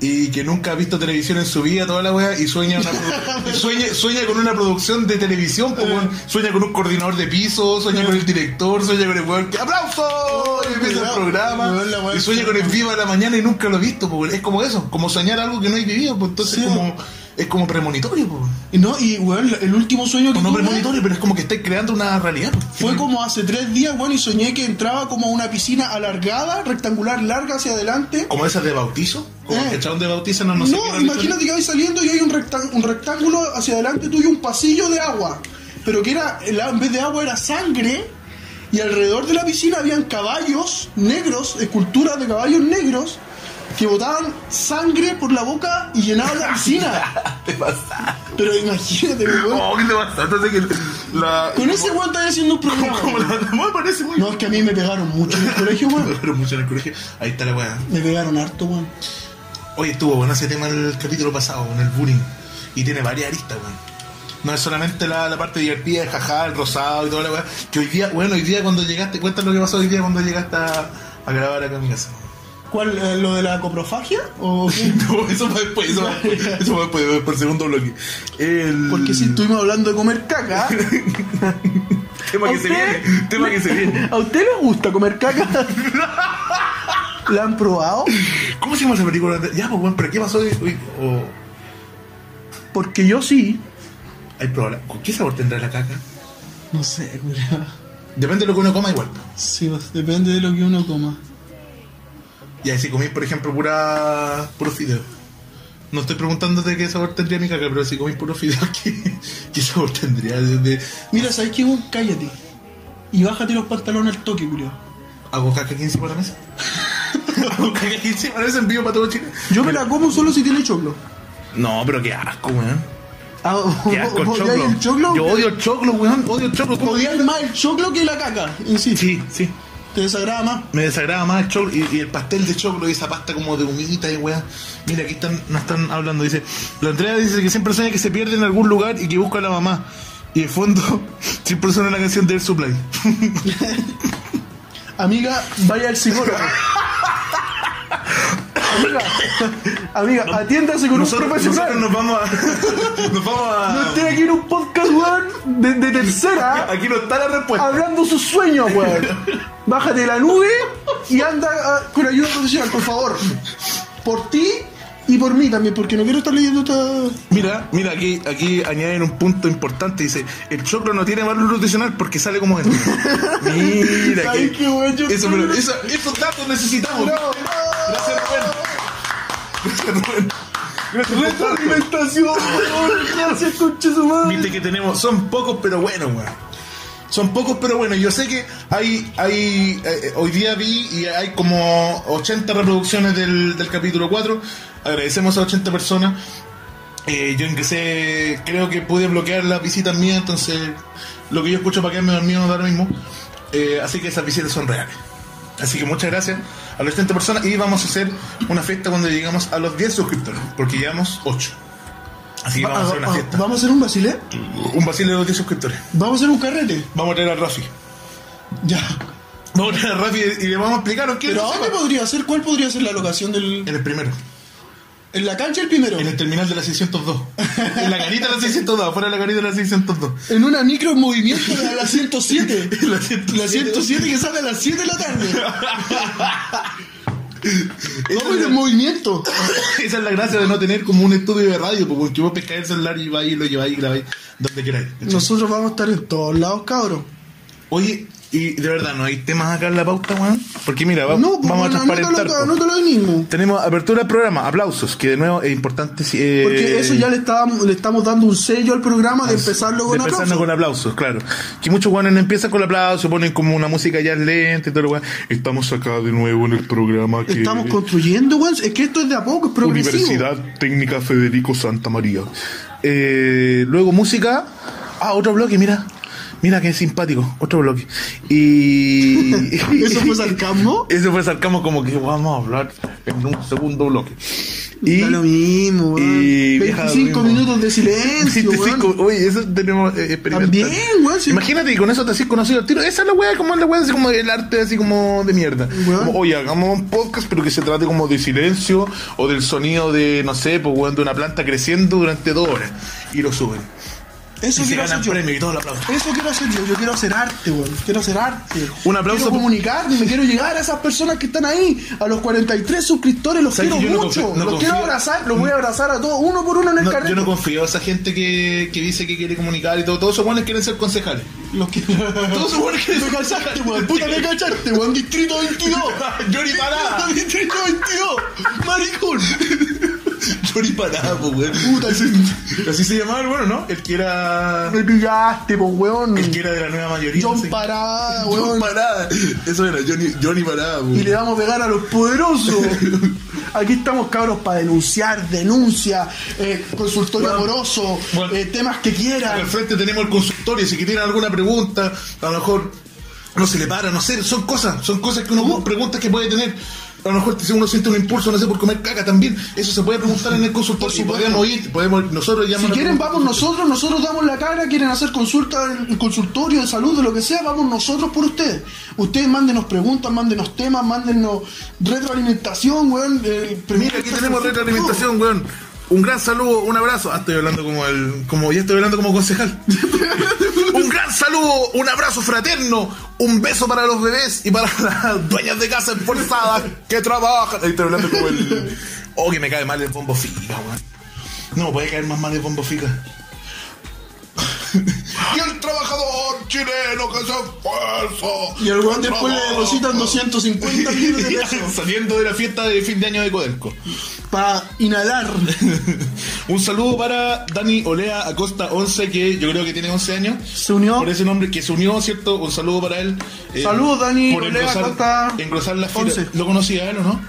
S2: y que nunca ha visto televisión en su vida, toda la weá, y sueña, una produ- y sueña, sueña con una producción de televisión, po, weón. sueña con un coordinador de piso, sueña con el director, sueña con el weón que ¡Aplauso! Y empieza el
S1: weón,
S2: programa,
S1: weón, la weá
S2: y sueña con el viva de la mañana y nunca lo ha visto, po, weón. es como eso, como soñar algo que no he vivido, pues entonces
S1: Sí,
S2: como, es como premonitorio. pues, po.
S1: Y No, y weón, el último sueño que
S2: No
S1: tuve
S2: premonitorio, pero es como que estáis creando una realidad.
S1: fue como hace tres días, weón, y soñé que entraba como a una piscina alargada, rectangular, larga hacia adelante.
S2: como esas de bautizo, como
S1: Eh.
S2: que echaron de bautizo, no, no sé. qué
S1: No,
S2: era la
S1: imagínate
S2: historia.
S1: que vais saliendo y hay un, recta- un rectángulo hacia adelante tuyo, un pasillo de agua. Pero que era, la- en vez de agua era sangre. Y alrededor de la piscina habían caballos negros, esculturas de caballos negros, que botaban sangre por la boca y llenaban la piscina.
S2: Te pasa.
S1: Pero imagínate, weón.
S2: Oh, ¿qué te pasa? Entonces que la.
S1: Con ese weón estás haciendo un programa.
S2: Como la me parece muy.
S1: No, es que a mí me pegaron mucho en el colegio, weón.
S2: Pero mucho en el colegio. Ahí está la weá.
S1: Me pegaron harto, weón.
S2: Oye, estuvo bueno ese tema el capítulo pasado, en el bullying. Y tiene varias aristas, weón. No es solamente la, la parte divertida, el jajá, el rosado y toda la weá. Que hoy día, bueno, hoy día cuando llegaste, cuéntanos lo que pasó hoy día cuando llegaste a, a grabar acá en mi casa.
S1: ¿Cuál? eh, ¿Lo de la coprofagia? ¿O qué?
S2: No, eso fue después, eso fue después, eso fue después, por segundo bloque. El
S1: Porque si estuvimos hablando de comer caca.
S2: tema que
S1: ¿Usted?
S2: se viene, tema que se viene.
S1: ¿A usted le gusta comer caca? ¿La han probado?
S2: ¿Cómo se llama esa película? Ya, pues bueno, pero ¿qué pasó? Uy, o-
S1: Porque yo sí.
S2: hay probable- ¿Con qué sabor tendrá la caca?
S1: No sé, culiao.
S2: Depende de lo que uno coma igual.
S1: Sí, pues, depende de lo que uno coma.
S2: Y así comí, por ejemplo, pura puros fideos. No estoy preguntándote qué sabor tendría mi caca, pero si comí puros fideos, ¿qué, qué sabor tendría? De- de-
S1: Mira, ¿sabes qué? weón? Cállate. Y bájate los pantalones al toque, culiao.
S2: ¿Hago caca aquí encima de la mesa? ¿Hago caca aquí encima de la mesa en vivo para todo Chile?
S1: Yo me la como solo si tiene choclo.
S2: No, pero qué asco, weón.
S1: Ah,
S2: Qué asco el
S1: ¿vos odiáis
S2: choclo.
S1: el choclo?
S2: Yo odio el choclo, weón. Odio el choclo. ¿Cómo
S1: Odiáis más el choclo que la caca, en sí.
S2: Sí, sí.
S1: ¿Te desagrada más?
S2: Me desagrada más el choclo y, y el pastel de choclo y esa pasta como de humita y weá. Mira, aquí están, nos están hablando. Dice: La Andrea dice que siempre sueña que se pierde en algún lugar y que busca a la mamá. Y de fondo, siempre suena la canción de Air Supply.
S1: Amiga, vaya al psicólogo. Amiga, amiga, atiéndase con
S2: Nosotros,
S1: un profesional.
S2: nosotros nos vamos a. Nos vamos
S1: No
S2: a.
S1: esté aquí en un podcast, weón, de, de tercera,
S2: Aquí no está la respuesta.
S1: hablando sus sueños, weón. Bájate de la nube y anda ah, con ayuda profesional, por favor. Por ti y por mí también, porque no quiero estar leyendo esta...
S2: Mira, mira, aquí, aquí añaden un punto importante. Dice, el choclo no tiene valor nutricional porque sale como esto. Mira,
S1: Ay, qué bueno, yo
S2: eso,
S1: creo
S2: pero
S1: que-
S2: eso- esos datos necesitamos.
S1: Bravo,
S2: Gracias, Rubén. Gracias, Rubén. Gracias, por todo.
S1: Retroalimentación, weón. Gracias, conche su
S2: Viste
S1: madre.
S2: que tenemos, son pocos pero buenos, weón. Son pocos pero bueno, yo sé que hay, hay eh, hoy día vi y hay como 80 reproducciones del, del capítulo 4. Agradecemos a 80 personas. Eh, yo ingresé, creo que pude bloquear las visitas mías, entonces lo que yo escucho para quedarme dormido no da lo mismo. Eh, así que esas visitas son reales. Así que muchas gracias a las 80 personas y vamos a hacer una fiesta cuando llegamos a los 10 suscriptores, porque llevamos 8. Así que vamos a hacer una
S1: Ah, ah,
S2: fiesta.
S1: ¿Vamos a hacer un basilé?
S2: Un vacile de los 10 suscriptores.
S1: ¿Vamos a hacer un carrete?
S2: Vamos a traer a Rafi.
S1: Ya.
S2: Vamos a traer a Rafi y le vamos a explicar ¿o qué
S1: Pero
S2: es eso?
S1: ¿dónde podría ser? ¿Cuál podría ser la locación del...
S2: En el primero.
S1: ¿En la cancha el primero?
S2: En el terminal de la 602. En la carita de la 602. Fuera de la carita de la 602.
S1: En una micro en movimiento de la 107.
S2: La
S1: La
S2: 107.
S1: 107 que sale a las 7 de la tarde.
S2: Esa
S1: Todo
S2: es
S1: en
S2: la-
S1: el movimiento.
S2: Esa es la gracia de no tener como un estudio de radio, pues, porque vos pescáis el celular y vais y lo lleváis y grabáis donde queráis.
S1: Nosotros vamos a estar en todos lados, cabros.
S2: Oye, y de verdad, ¿no hay temas acá en la pauta, weón? Porque mira, va-
S1: No, pues,
S2: vamos a
S1: bueno,
S2: transparentar.
S1: anótalo,
S2: pues.
S1: anótalo ahí mismo.
S2: Tenemos apertura del programa, aplausos, que de nuevo es importante. si- eh, Ah,
S1: Porque eso ya le, estábamos- le estamos dando un sello al programa de empezarlo con
S2: de empezarnos
S1: aplausos.
S2: con aplausos, claro. Que muchos guanes no empiezan con el aplauso, ponen como una música ya lenta y todo lo weón. Estamos acá de nuevo en el programa que
S1: Estamos construyendo, weón. Es que esto es de a poco, es progresivo.
S2: Universidad Técnica Federico Santa María. Eh, luego música. Ah, otro bloque, mira. Mira que simpático, otro bloque. Y.
S1: ¿Eso fue sarcasmo?
S2: Eso fue sarcasmo como que vamos a hablar en un segundo bloque. Y
S1: Da lo mismo, weón.
S2: y vieja
S1: 25
S2: Remo.
S1: minutos de silencio,
S2: 25,
S1: weón.
S2: oye, eso tenemos eh, experimental.
S1: También, weón, sí.
S2: Imagínate que con eso te haces conocido al tiro. Esa es la weá, como es la weá, así como el arte así como de mierda.
S1: Weón.
S2: Como, oye, hagamos un podcast, pero que se trate como de silencio o del sonido de, no sé, pues weón, de una planta creciendo durante dos horas. Y lo suben.
S1: Eso
S2: Y se
S1: quiero
S2: ganan
S1: hacer yo.
S2: premios y todo lo aplauden.
S1: Eso quiero hacer yo. Yo quiero hacer arte, weón. Quiero hacer arte.
S2: Un aplauso
S1: Quiero
S2: por-
S1: comunicarme, quiero llegar a esas personas que están ahí. A los 43 suscriptores, los
S2: ¿Sabes
S1: quiero
S2: que yo no
S1: mucho.
S2: confío- no
S1: los
S2: confío-
S1: quiero abrazar, los voy a abrazar a todos, uno por uno en el
S2: No,
S1: carrete.
S2: yo no confío en esa gente que, que dice que quiere comunicar y todo. Todos esos weones quieren ser concejales.
S1: Los que...
S2: Todos esos weones quieren
S1: Me
S2: ser
S1: cachaste, weón. Puta, me cachaste, weón. Distrito 22.
S2: Johnny Parada.
S1: Distrito 22. Maricón.
S2: Johnny Parada, pues weón.
S1: Puta, ese-
S2: Así se llamaba el bueno, ¿no? El que era.
S1: Me pillaste, pues, weón.
S2: El que era de la nueva mayoría. no
S1: John
S2: sé.
S1: Parada,
S2: John
S1: weón.
S2: Parada. Eso era Johnny, Johnny Parada. po.
S1: Y le vamos a pegar a los poderosos. Aquí estamos, cabros, para denunciar, denuncia, eh, consultorio
S2: Bueno,
S1: amoroso,
S2: bueno.
S1: eh, temas que
S2: Al
S1: quieran.
S2: frente tenemos el consultorio. Si que tienen alguna pregunta, a lo mejor no se le para, no sé. Son cosas, son cosas que uno, preguntas que puede tener. A lo mejor si uno siente un impulso, no sé, por comer caca también. Eso se puede preguntar en el consultorio. Y
S1: supuesto.
S2: podemos ir, podemos, nosotros
S1: Si
S2: llamamos.
S1: quieren, vamos nosotros, nosotros damos la cara, quieren hacer consulta en el consultorio de salud, de lo que sea, vamos nosotros por ustedes. Ustedes mándenos preguntas, mándenos temas, mándenos retroalimentación, weón. eh,
S2: Mira,
S1: preguntas,
S2: aquí tenemos
S1: consultas,
S2: retroalimentación, weón. Un gran saludo, un abrazo. Ah, estoy hablando como el. como ya estoy hablando como concejal. un gran saludo, un abrazo fraterno, un beso para los bebés y para las dueñas de casa esforzadas que trabajan. Ahí estoy hablando como el. Oh, que me cae mal el bombo fica, weón. No, puede caer más mal el bombo fica. y el trabajador chileno que se esfuerza.
S1: todo. Y el weón después le
S2: Trabaja.
S1: depositan 250 millones de pesos
S2: Saliendo de la fiesta de fin de año de Codelco.
S1: para inhalar.
S2: Un saludo para Dani Olea Acosta 11, que yo creo que tiene 11 años.
S1: Se unió.
S2: Por ese nombre, que se unió, ¿cierto? Un saludo para él. Eh,
S1: Saludos, Dani
S2: por
S1: Olea
S2: engrosar-
S1: Acosta
S2: Engrosar la fila.
S1: 11.
S2: ¿Lo conocía él o no?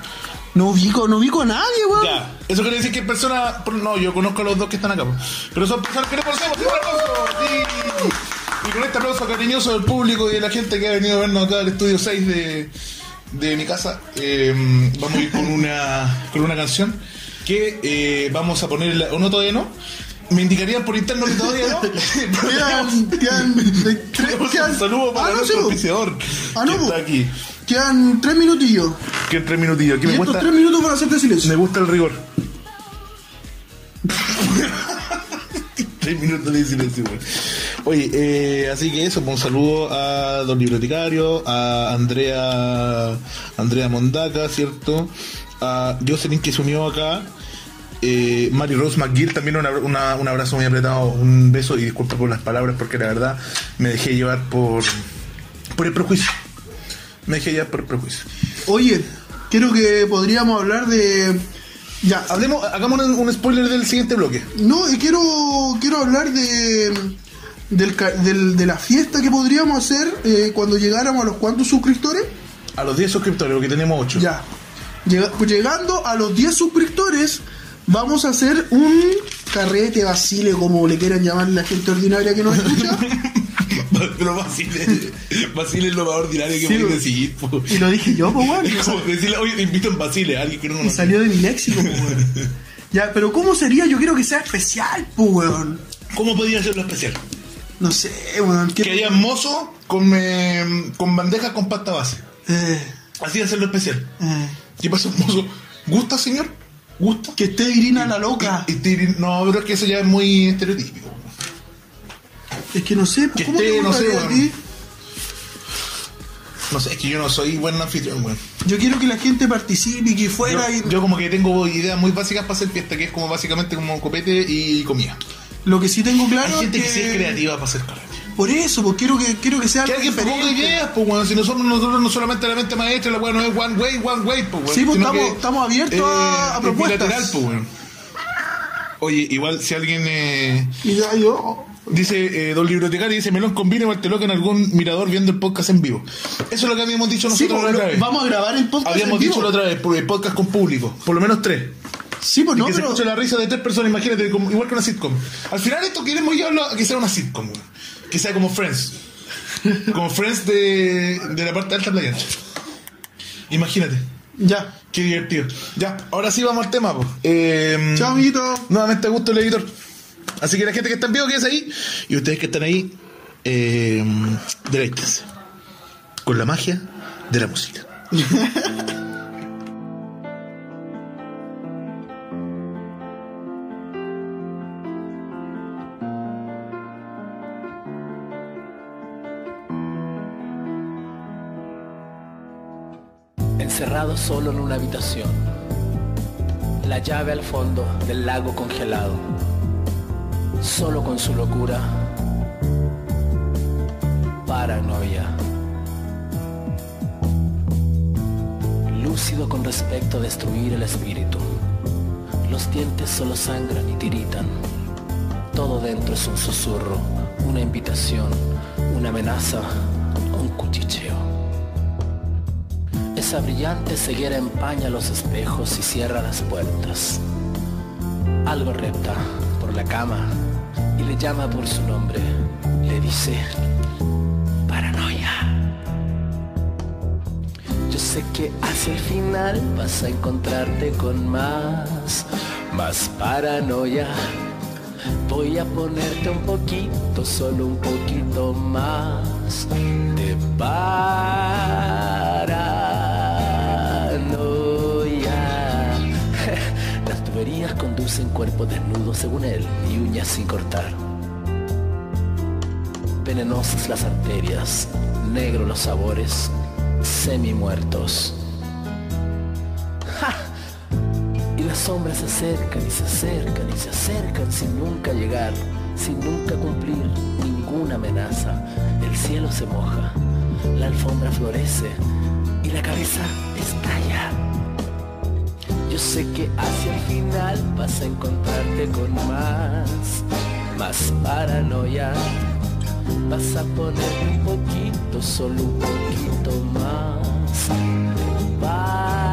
S1: No ubico, no ubico a nadie, weón.
S2: Ya. Eso quiere decir que pues. personas. No, yo conozco a los dos que están acá. po. Pero son personas que no conocemos. ¡Un aplauso! Sí. Y con este aplauso cariñoso del público y de la gente que ha venido a vernos acá al estudio 6 de, de mi casa, eh, vamos a ir con una, con una canción que eh, vamos a poner. La, ¿o no todavía no? Me indicarían por interno que todavía no. Pero
S1: Quedan, quedan, de- tres-
S2: tenemos
S1: quedan-
S2: un saludo para
S1: Ah, no, sí,
S2: nuestro
S1: po.
S2: auspiciador
S1: Ah, no,
S2: que
S1: po.
S2: está aquí.
S1: Quedan tres minutillos.
S2: Que en tres minutillos. Que
S1: Y
S2: me
S1: estos
S2: cuesta,
S1: tres minutos van a ser de silencio.
S2: me gusta el rigor. Tres minutos de silencio, güey. Oye, eh, así que eso, pues, un saludo a Don Bibliotecario, a Andrea Andrea Mondaca, ¿cierto? A Jocelyn que se unió acá. Eh, Mary Rose McGill también un, abra- una- un abrazo muy apretado, un beso y disculpa por las palabras porque la verdad me dejé llevar por, por el prejuicio. Me dejé llevar por el prejuicio.
S1: Oye, creo que podríamos hablar de. Ya,
S2: Hablemos, hagamos un, un spoiler del siguiente bloque.
S1: No, y quiero, quiero hablar de, del, ca- del- de la fiesta que podríamos hacer eh, cuando llegáramos a los cuantos suscriptores.
S2: A los 10 suscriptores, porque tenemos 8.
S1: Ya. Llega- pues llegando a los 10 suscriptores, vamos a hacer un carrete vacile, como le quieran llamar la gente ordinaria que nos escucha.
S2: Pero Basile, Basile es lo más ordinario que
S1: Sí,
S2: puedes
S1: güey.
S2: decir. po.
S1: y lo dije yo, pues bueno.
S2: Es como decirle, oye, te invito en Basile, a alguien que no
S1: Y
S2: nos
S1: salió de mi léxico, pues weón. Ya, pero ¿cómo sería? Yo quiero que sea especial, pues weón.
S2: ¿Cómo podía hacerlo especial?
S1: No sé, weón. ¿qué-
S2: Que haya mozo con, eh, con bandeja con pasta base.
S1: eh,
S2: Así hacerlo especial.
S1: eh.
S2: ¿Qué pasa, mozo? ¿Gusta, señor? ¿Gusta?
S1: Que esté Irina la loca.
S2: Y- y te- no, pero es que eso ya es muy estereotípico.
S1: Es que no sé, pues,
S2: Que
S1: ¿cómo
S2: esté,
S1: te
S2: no sé,
S1: gustaría a
S2: weón.
S1: ti?
S2: No sé, es que yo no soy buen anfitrión, weón.
S1: Yo quiero que la gente participe y que fuera
S2: Yo,
S1: y
S2: yo como que tengo ideas muy básicas para hacer fiesta, que es como básicamente como copete y comida.
S1: lo que sí tengo
S2: Hay
S1: claro
S2: gente
S1: es
S2: que sí es creativa para hacer carrete.
S1: Por eso, pues quiero que quiero que sea
S2: Que
S1: algo
S2: alguien proponga
S1: diferente.
S2: ideas, pues, weón. Si nosotros, nosotros no solamente la mente maestra, la weón no es one way, one way, pues, weón.
S1: Sí, pues,
S2: Sino
S1: estamos-
S2: que, eh,
S1: estamos abiertos a- a
S2: es
S1: propuestas.
S2: bilateral, pues, weón. Oye, igual si alguien eh,
S1: Y ya yo
S2: dice, eh, don bibliotecario, dice, melón combina Barteloca en algún mirador viendo el podcast en vivo. Eso es lo que habíamos dicho
S1: Sí,
S2: nosotros
S1: pues,
S2: la otra
S1: lo-
S2: vez.
S1: vamos a grabar el podcast.
S2: Habíamos
S1: en vivo.
S2: dicho la otra vez, por el podcast con público, por lo menos tres.
S1: Sí, pues
S2: Y
S1: no,
S2: que se
S1: pero
S2: escuche la risa de tres personas, imagínate, como- igual que una sitcom. Al final esto queremos llevarlo a que sea una sitcom, weón. Que sea como Friends. Como Friends de, de la parte alta de la playa. ancha. Imagínate,
S1: ya.
S2: qué divertido. Ya, ahora sí vamos al tema, po. Eh,
S1: Chao, amiguito.
S2: Nuevamente a gusto el editor. Así que la gente que está en vivo, quédese ahí. Y ustedes que están ahí, eh, deleítense. Con la magia de la música.
S3: encerrado solo en una habitación, la llave al fondo del lago congelado, solo con su locura, paranoia, lúcido con respecto a destruir el espíritu, los dientes solo sangran y tiritan, todo dentro es un susurro, una invitación, una amenaza, un cuchicheo. Esa brillante ceguera empaña los espejos y cierra las puertas. Algo repta por la cama y le llama por su nombre. Le dice, paranoia. Yo sé que hacia el final vas a encontrarte con más, más paranoia. Voy a ponerte un poquito, solo un poquito más de paranoia. Las tuberías conducen cuerpos desnudos según él y uñas sin cortar. Venenosas las arterias, negro los sabores, semi muertos. Y las sombras se acercan y se acercan y se acercan sin nunca llegar, sin nunca cumplir ninguna amenaza. El cielo se moja, la alfombra florece y la cabeza estalla. Yo sé que hacia el final vas a encontrarte con más, más paranoia. Vas a poner un poquito, solo un poquito más paranoia.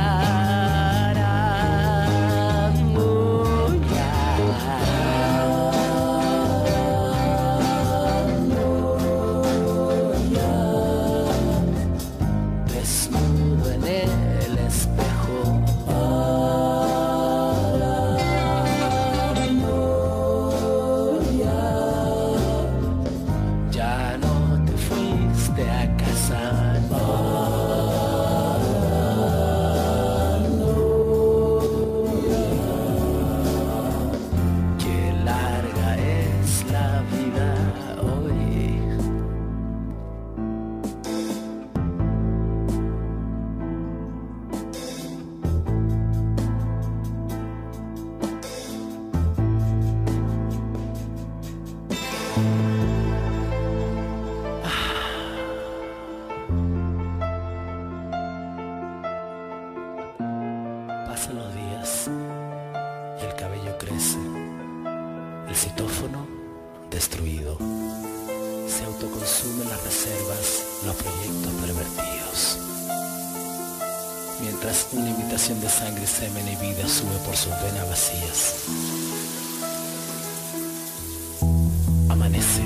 S3: Ah. Pasan los días y el cabello crece. El citófono destruido. Se autoconsumen las reservas, los proyectos pervertidos. Mientras una imitación de sangre, semen y vida sube por sus venas vacías. Amanece.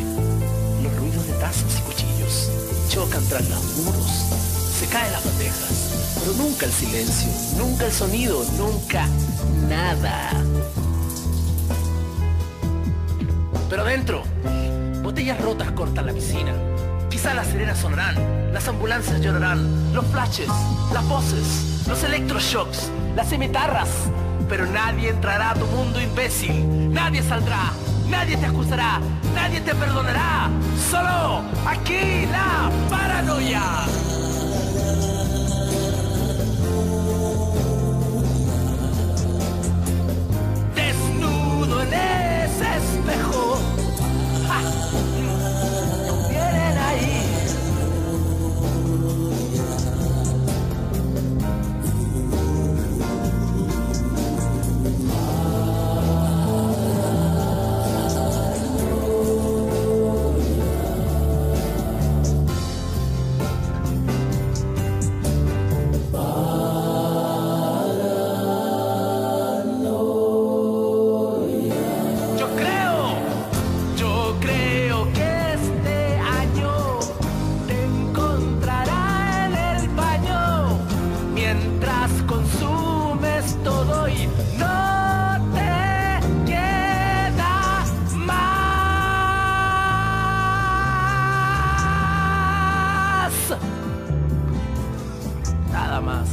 S3: Los ruidos de tazas y cuchillos chocan tras los muros. Se caen las bandejas. Pero nunca el silencio, nunca el sonido, nunca nada. Pero dentro, botellas rotas cortan la piscina. Quizá las sirenas sonarán, las ambulancias llorarán, los flashes, las voces, los electroshocks, las cimitarras. Pero nadie entrará a tu mundo imbécil, nadie saldrá, nadie te acusará, nadie te perdonará. Solo aquí la paranoia. Desnudo en ese espejo. ¡Ja! Vienen ahí. Yo creo, yo creo que este año te encontrará en el baño mientras consumes todo y no te queda más. Nada más.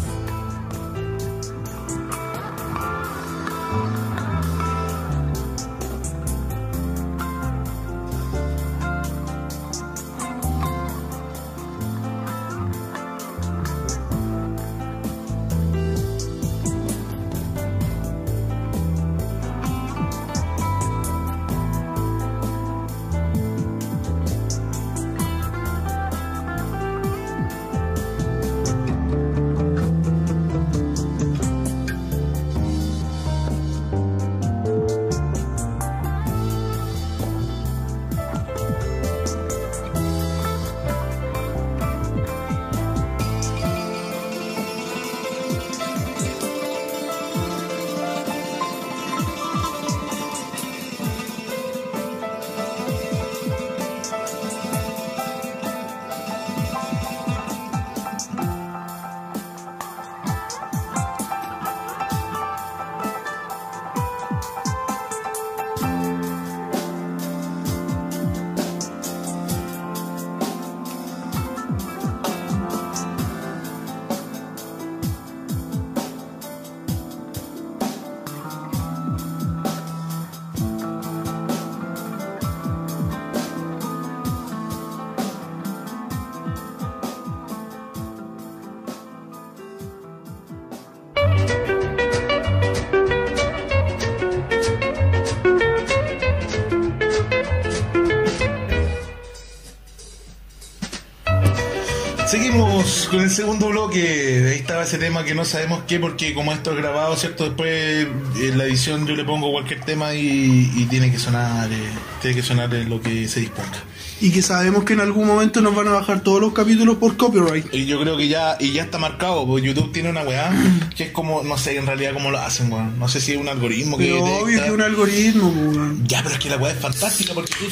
S2: Seguimos con el segundo bloque. Ahí estaba ese tema que no sabemos qué, porque como esto es grabado, ¿cierto? Después en la edición yo le pongo cualquier tema y, y tiene que sonar eh, tiene que sonar eh, lo que se disponga.
S1: Y que sabemos que en algún momento nos van a bajar todos los capítulos por copyright.
S2: Y yo creo que ya y ya está marcado, porque YouTube tiene una weá que es como, no sé en realidad cómo lo hacen, weón. No sé si es un algoritmo que.
S1: Pero
S2: detecta.
S1: obvio que un algoritmo, weón.
S2: Ya, pero es que la weá es fantástica porque tú,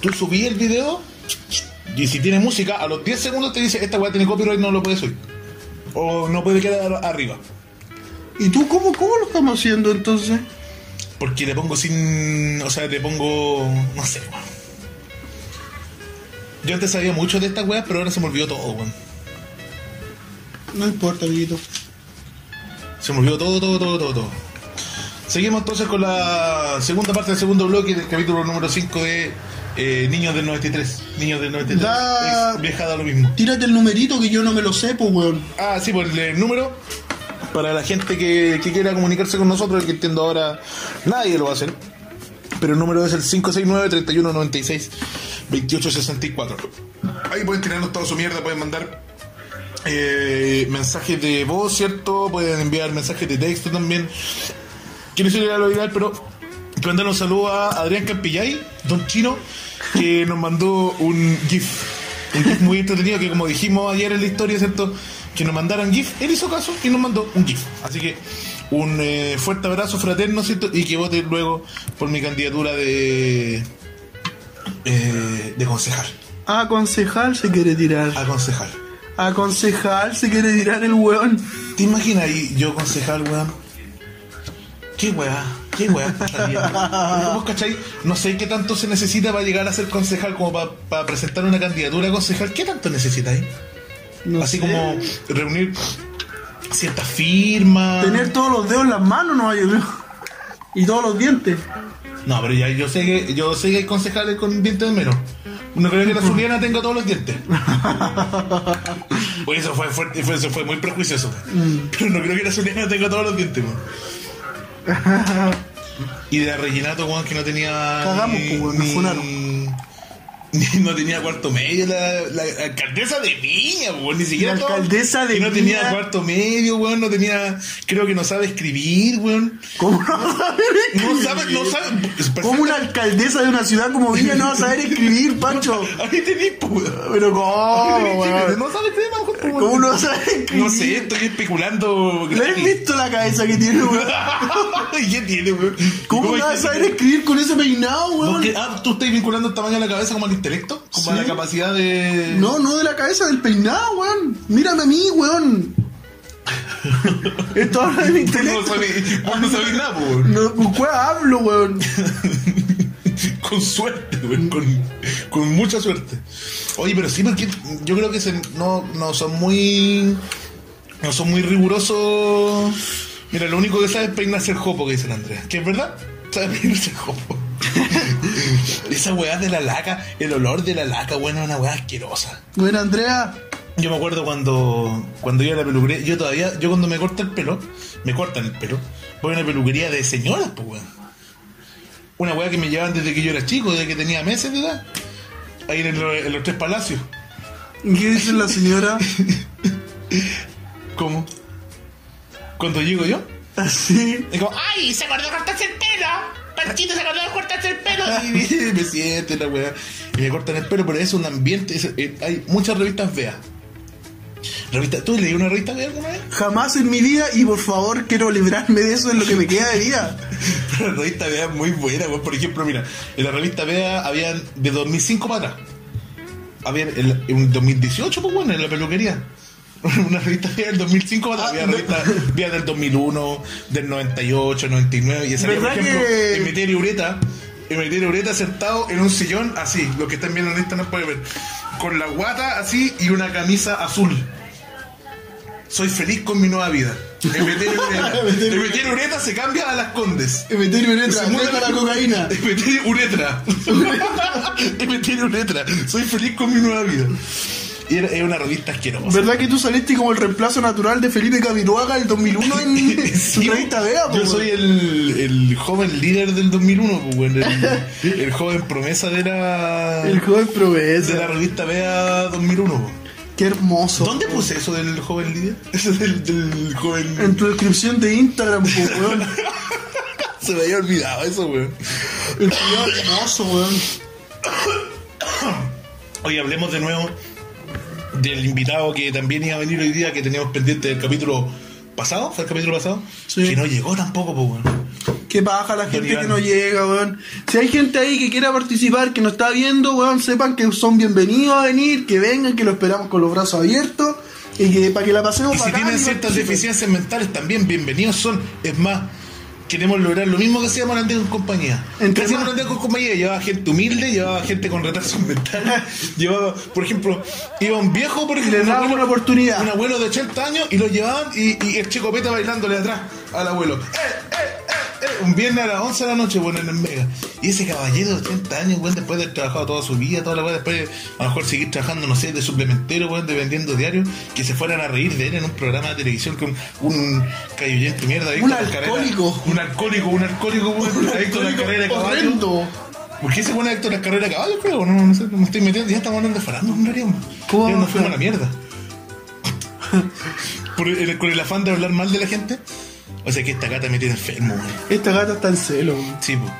S2: tú subí el video y si tiene música, a los 10 segundos te dice, esta weá tiene copyright, no lo puedes subir. O no puede quedar arriba.
S1: ¿Y tú cómo, cómo lo estamos haciendo entonces?
S2: Porque le pongo sin. O sea, le pongo. No sé, weón. Yo antes sabía mucho de estas weas, pero ahora se me olvidó todo, weón.
S1: No importa, amiguito.
S2: Se me olvidó todo, todo, todo, todo, todo. Seguimos entonces con la segunda parte del segundo bloque del capítulo número 5 de eh, Niños del 93. Niños del 93.
S1: Da-
S2: Es- Vieja da lo mismo.
S1: Tírate el numerito que yo no me lo sé, pues, weón.
S2: Ah, sí, por el, eh, número. Para la gente que, que quiera comunicarse con nosotros, que entiendo ahora, nadie lo va a hacer. Pero el número es el 569-3196-2864. Ahí pueden tirarnos toda su mierda, pueden mandar eh, mensajes de voz, ¿cierto? Pueden enviar mensajes de texto también. Quiero decir lo viral, pero que mandar un saludo a Adrián Campillay, don Chino, que nos mandó un GIF. Un GIF muy entretenido que, como dijimos ayer en la historia, ¿cierto? Que nos mandaran GIF. Él hizo caso y nos mandó un GIF. Así que un eh, fuerte abrazo fraterno, ¿cierto? Y que voten luego por mi candidatura de. eh, de concejal.
S1: Aconsejal se quiere tirar.
S2: A concejal.
S1: Aconsejal se quiere tirar el weón.
S2: ¿Te imaginas ahí yo concejal, weón? ¿Qué weá? ¿Qué weá? pasaría, weón? ¿Vos cachai? No sé qué tanto se necesita para llegar a ser concejal, como para presentar una candidatura a concejal. ¿Qué tanto necesitáis?
S1: No
S2: Así
S1: sé.
S2: como reunir ciertas firmas.
S1: Tener todos los dedos en las manos, no yo creo. Y todos los dientes.
S2: No, pero ya yo sé que, yo sé que hay concejales con dientes de menos. No creo que la Zuliana tenga todos los dientes. Oye, eso fue, fuerte, fue- eso fue muy prejuicioso. Pero no creo que la Zuliana tenga todos los dientes, weón. Y de la Reginato, weón, que no tenía.
S1: Cagamos,
S2: ni-
S1: pues, weón, nos
S2: ni-
S1: funaron.
S2: ni- no tenía cuarto medio, la, la alcaldesa de Viña, weón, ni siquiera.
S1: La
S2: todo-
S1: alcaldesa de
S2: que No tenía
S1: Viña.
S2: cuarto medio, weón, no tenía. Creo que no sabe escribir, weón.
S1: ¿Cómo no va a saber escribir?
S2: No sabe, no sabe.
S1: ¿Cómo una alcaldesa de una ciudad como Viña no va a saber escribir, Pancho?
S2: Ahí tenés, pues, weón.
S1: Pero ¿cómo?
S2: Ay,
S1: weón?
S2: chile, no sabes qué más, weón.
S1: ¿Cómo no va a saber escribir?
S2: No sé, estoy especulando.
S1: ¿Le has visto la cabeza que tiene, weón?
S2: ¿Y ¿Qué tiene, weón?
S1: ¿Cómo no
S2: es
S1: va a
S2: que-
S1: saber escribir con ese peinado,
S2: ¿Vos qué-
S1: weón?
S2: ah, ¿Tú estás vinculando el tamaño de la cabeza como al intelecto? ¿Como a
S1: Sí.
S2: la capacidad de...?
S1: No, no de la cabeza, del peinado, weón. Mírame a mí, weón. Esto habla de mi
S2: Tú no
S1: intelecto.
S2: sabes, vos no sabes nada, po, weón.
S1: No, ¿Con cuál hablo, weón?
S2: Con suerte, weón. Con, con mucha suerte. Oye, pero sí, porque yo creo que se- no, no son muy... No son muy rigurosos... Mira, lo único que sabe es peinarse el jopo, que dice el Andrea. Que es verdad, sabe peinarse el jopo. Esa weá de la laca, el olor de la laca, bueno, es una weá asquerosa.
S1: Bueno, Andrea,
S2: Yo me acuerdo cuando cuando iba a la peluquería, yo todavía, yo cuando me corta el pelo, me cortan el pelo, voy a una peluquería de señoras, pues weón. Una weá que me llevaban desde que yo era chico, desde que tenía meses de edad. Ahí en, los- en los tres palacios.
S1: ¿qué dice la señora?
S2: ¿Cómo? Cuando llego yo,
S1: Así.
S2: es como, ¡ay! ¡Se acordó de cortarse el pelo! ¡Panchito se acordó de cortarse el pelo! Y me siento la weá. Y me cortan el pelo, pero es un ambiente. es- eh, hay muchas revistas feas. Revista, ¿Tú leí una revista fea alguna vez?
S1: Jamás en mi vida y por favor quiero librarme de eso en lo que me queda de vida.
S2: Pero la revista Vea es muy buena, weón. Por ejemplo, mira, en la revista Vea habían de 2005 para atrás. Había en, la- en 2018, pues bueno, en la peluquería. Una revista Vea del 2005 para atrás.
S1: Ah,
S2: Había revista Vea del 2001, del 98, 99. Y esa era, por
S1: ¿Verdad
S2: ejemplo,
S1: que-
S2: Emeterio Ureta. Emeterio Ureta sentado en un sillón así. Lo que están viendo en esta no puede ver. Con la guata así y una camisa azul. Soy feliz con mi nueva vida. Emeterio Ureta. Emeterio Ureta se cambia a las condes.
S1: Meter uretra,
S2: Se muda
S1: deja la cocaína.
S2: Y me tiene uretra. y me tiene uretra. Soy feliz con mi nueva vida. Y era, era una revista asquerosa.
S1: ¿Verdad que tú saliste como el reemplazo natural de Felipe Camiroaga el 2001 en su
S2: Sí,
S1: revista Vea? po,
S2: Yo
S1: weón?
S2: soy el, el joven líder del 2001, pues, bueno, el, el joven promesa de la,
S1: el joven
S2: de la
S1: Proveza.
S2: revista Vea 2001. po.
S1: Qué hermoso.
S2: pues. ¿Dónde puse eso del joven líder? Eso del, del
S1: En
S2: joven...
S1: tu descripción de Instagram, po, weón.
S2: Se me había olvidado eso, weón.
S1: El culiao hermoso, weón.
S2: Hoy hablemos de nuevo del invitado que también iba a venir hoy día, que teníamos pendiente del capítulo pasado, ¿fue el capítulo pasado?
S1: Sí.
S2: Que no llegó tampoco, pues, weón.
S1: Qué baja la gente
S2: Iván.
S1: que no llega, weón. Si hay gente ahí que quiera participar, que nos está viendo, weón, sepan que son bienvenidos a venir, que vengan, que lo esperamos con los brazos abiertos y que para que la pasemos
S2: Y si
S1: bacán
S2: tienen ciertas
S1: participen.
S2: deficiencias mentales también, bienvenidos son. Es más, queremos lograr lo mismo que hacíamos antes con compañía.
S1: Entre
S2: ¿Qué hacíamos
S1: más-
S2: antes con compañía? Llevaba gente humilde, llevaba gente con retrasos mentales, llevaba, por ejemplo, iba un viejo, por ejemplo,
S1: Le
S2: un
S1: daban
S2: abuelo-
S1: una oportunidad.
S2: Un abuelo de 80 años y lo llevaban y, y el chico peta bailándole atrás al abuelo. ¡Eh, eh, eh, eh! Un viernes a las 11 de la noche, bueno, en el Mega. Y ese caballero de 80 años, weón, después de haber trabajado toda su vida, toda la weá, después a lo mejor seguir trabajando, no sé, de suplementero, weón, de vendiendo diarios, que se fueran a reír de él en un programa de televisión con un cayuyente mierda. adicto
S1: Un
S2: a la carrera.
S1: alcohólico.
S2: Un alcohólico, un alcohólico, weón, adicto a la carrera de caballo.
S1: Horrendo.
S2: ¿Por qué se pone actor las carreras de caballo, creo? No, no sé, no me estoy metiendo. Ya estamos hablando de farándula, en realidad.
S1: ¿Cómo
S2: Ya nos
S1: vamos a
S2: fuimos a
S1: hablar?
S2: la mierda. Por el- con el afán de hablar mal de la gente. O sea que esta gata me tiene enfermo, weón.
S1: Esta gata está en celo, weón.
S2: Sí, po.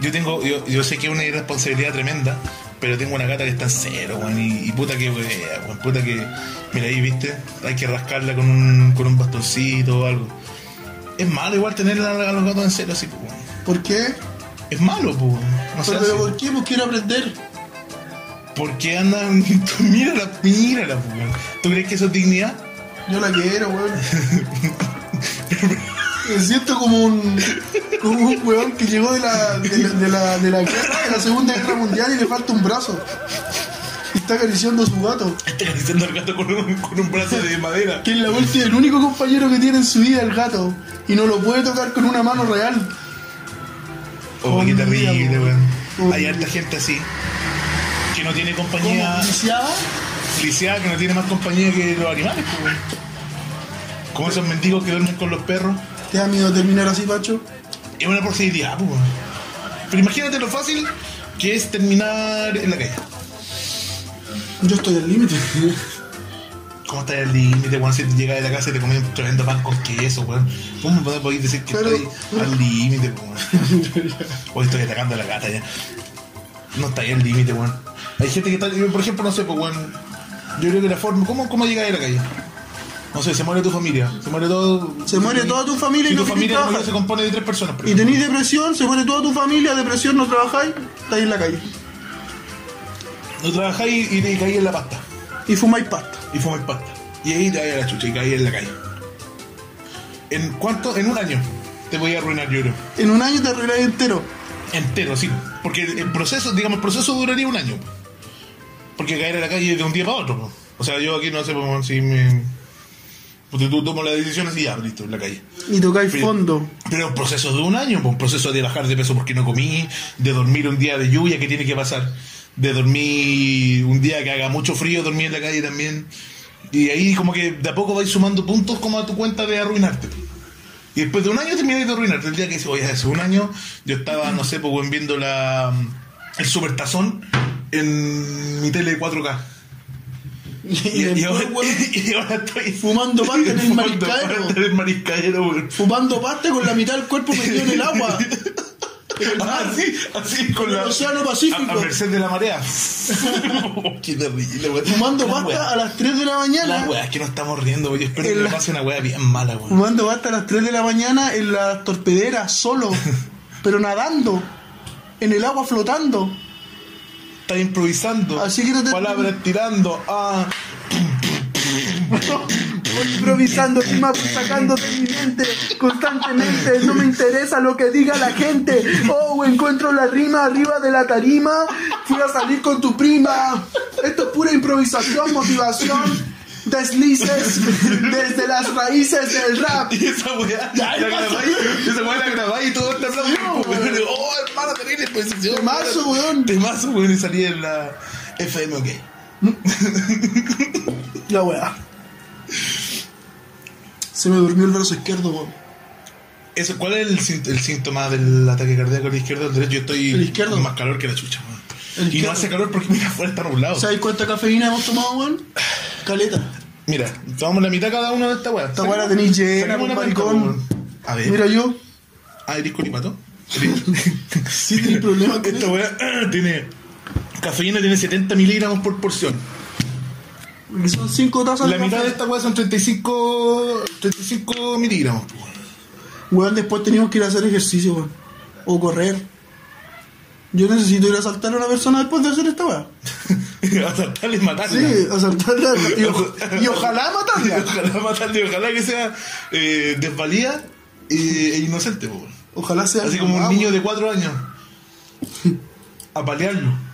S2: yo tengo, yo, yo sé que es una irresponsabilidad tremenda, pero tengo una gata que está en cero, weón, y, y puta que wea, weón, puta que. Mira ahí, viste, hay que rascarla con un, con un bastoncito o algo. Es malo igual tener a a los gatos en cero así, po, weón.
S1: ¿Por qué?
S2: Es malo, po, weón. No se
S1: Pero,
S2: hace.
S1: pero ¿por qué? Pues quiero aprender.
S2: ¿Por qué andan? mírala, mírala, po, weón. ¿Tú crees que eso es dignidad?
S1: Yo la quiero, weón. Me siento como un, como un weón que llegó de la, de, la, de, la, de la guerra, de la Segunda Guerra Mundial y le falta un brazo. Y está acariciando a su gato.
S2: Está acariciando al gato con un, con un brazo de madera.
S1: Que es la vuelta el único compañero que tiene en su vida el gato. Y no lo puede tocar con una mano real.
S2: Oh, qué
S1: Hombre,
S2: terrible,
S1: amor.
S2: weón. Hay
S1: Hombre.
S2: harta gente así. Que no tiene
S1: Como
S2: compañía.
S1: lisiada,
S2: lisiada que no tiene más compañía que los animales, pues, weón. Como esos mendigos que duermen con los perros.
S1: ¿Te da miedo terminar así, Pacho?
S2: Es una posibilidad, pues, weón. Pero imagínate lo fácil que es terminar en la calle.
S1: Yo estoy al límite.
S2: ¿Cómo está el límite, weón? Si te llegas de la casa y te comes un tremendo pan con queso, weón. ¿Cómo me podés decir que
S1: Pero-
S2: estoy al límite, pues, weón? Hoy estoy atacando a la gata ya. No está ahí al límite, weón. Hay gente que está. yo, Por ejemplo, no sé, pues, weón. Yo creo que la forma. ¿Cómo, cómo llegas a la calle? No sé, se muere tu familia. Se muere todo.
S1: Se muere toda tu familia y
S2: Si tu
S1: no querés
S2: familia no
S1: trabajar.
S2: se compone de tres personas. por
S1: Y
S2: ejemplo.
S1: tenéis depresión, se muere toda tu familia, depresión, no trabajáis, estáis en la calle.
S2: No trabajáis y te caí en la pasta.
S1: Y fumáis pasta.
S2: Y fumáis pasta. Y ahí te vais a la chucha y caí en la calle. ¿En cuánto? En un año te voy a arruinar, yo creo.
S1: En un año te arregláis entero.
S2: Entero, sí. Porque el el proceso, digamos, el proceso duraría un año. Porque caer a la calle de un día para otro. po. O sea, yo aquí no sé po, si me. Porque tú tomas la decisión así, ya, listo, en la calle.
S1: Y tocáis
S2: Pero-
S1: fondo.
S2: Pero un proceso de un año, po, un proceso de bajar de peso porque no comí, de dormir un día de lluvia que tiene que pasar, de dormir un día que haga mucho frío, dormir en la calle también. Y ahí como que de a poco vais sumando puntos como a tu cuenta de arruinarte. Y después de un año termináis de arruinarte. El día que dices, oye, hace un año yo estaba, no sé, pues weón, viendo la, el supertazón en mi tele 4K.
S1: Y,
S2: Y,
S1: después,
S2: y ahora,
S1: weón,
S2: y ahora estoy
S1: Fumando pasta en el
S2: fumando
S1: mariscadero.
S2: pasta en el mariscadero, weón.
S1: fumando pasta con la mitad del cuerpo metido en el agua. En el mar.
S2: Así, Ah, así con
S1: En
S2: la.
S1: el Océano Pacífico.
S2: A, a merced de la marea. Qué terrible, weón.
S1: Fumando
S2: La
S1: pasta
S2: wea-
S1: a las 3 de la mañana.
S2: La wea, es que no estamos riendo, weón. Yo espero
S1: En
S2: que me
S1: la-
S2: pase una wea bien mala, weón.
S1: Fumando pasta a las 3 de la mañana en las torpederas, solo. pero nadando. En el agua flotando.
S2: Está improvisando.
S1: Así que no te-
S2: Palabras tirando. Ah,
S1: improvisando y más sacando de mi mente constantemente. No me interesa lo que diga la gente. Oh, encuentro la rima arriba de la tarima. Fui a salir con tu prima. Esto es pura improvisación, motivación. Deslices desde las raíces del rap.
S2: y esa wea
S1: Ya,
S2: la
S1: ya pasó.
S2: grabáis, esa wea la grabáis y todo está hablando. weón. Oh, hermano, terrible exposición.
S1: Temazo, weón.
S2: Temazo, weón, y salí en la FM, ok.
S1: La weá. Se me durmió el brazo izquierdo, weón.
S2: Eso, ¿Cuál es el, sint- el síntoma del ataque cardíaco al izquierdo? Al derecho, yo estoy
S1: El izquierdo.
S2: con más calor que la chucha, weón.
S1: El
S2: Y no
S1: izquierdo.
S2: hace calor porque mira, afuera está nublado.
S1: ¿Sabes cuánta cafeína hemos tomado, weón? Caleta.
S2: mira, tomamos la mitad cada uno de esta weá.
S1: Esta weá la tenéis llena,
S2: Saquemos
S1: por
S2: una
S1: maricón.
S2: cuenta, weón. A ver.
S1: Mira yo.
S2: Ah, eres colipato.
S1: Sí, tenés problemas con
S2: Esta weá ah, tiene. Cafeína tiene 70 miligramos por porción.
S1: Porque son cinco tazas
S2: La
S1: de
S2: mitad
S1: café.
S2: de esta weá son 35, 35 miligramos. pues, po, weón.
S1: Weón, después teníamos que ir a hacer ejercicio, weón. O correr. Yo necesito ir a asaltar a una persona después de hacer esta weá.
S2: Asaltarle y matarla.
S1: Sí, asaltarla y, o- y ojalá matarla.
S2: Ojalá matarle, ojalá que sea eh, desvalida e, e inocente, po, weón.
S1: Ojalá sea
S2: Así como un
S1: mamá,
S2: niño
S1: Ah, weón.
S2: de 4 años. A palearlo.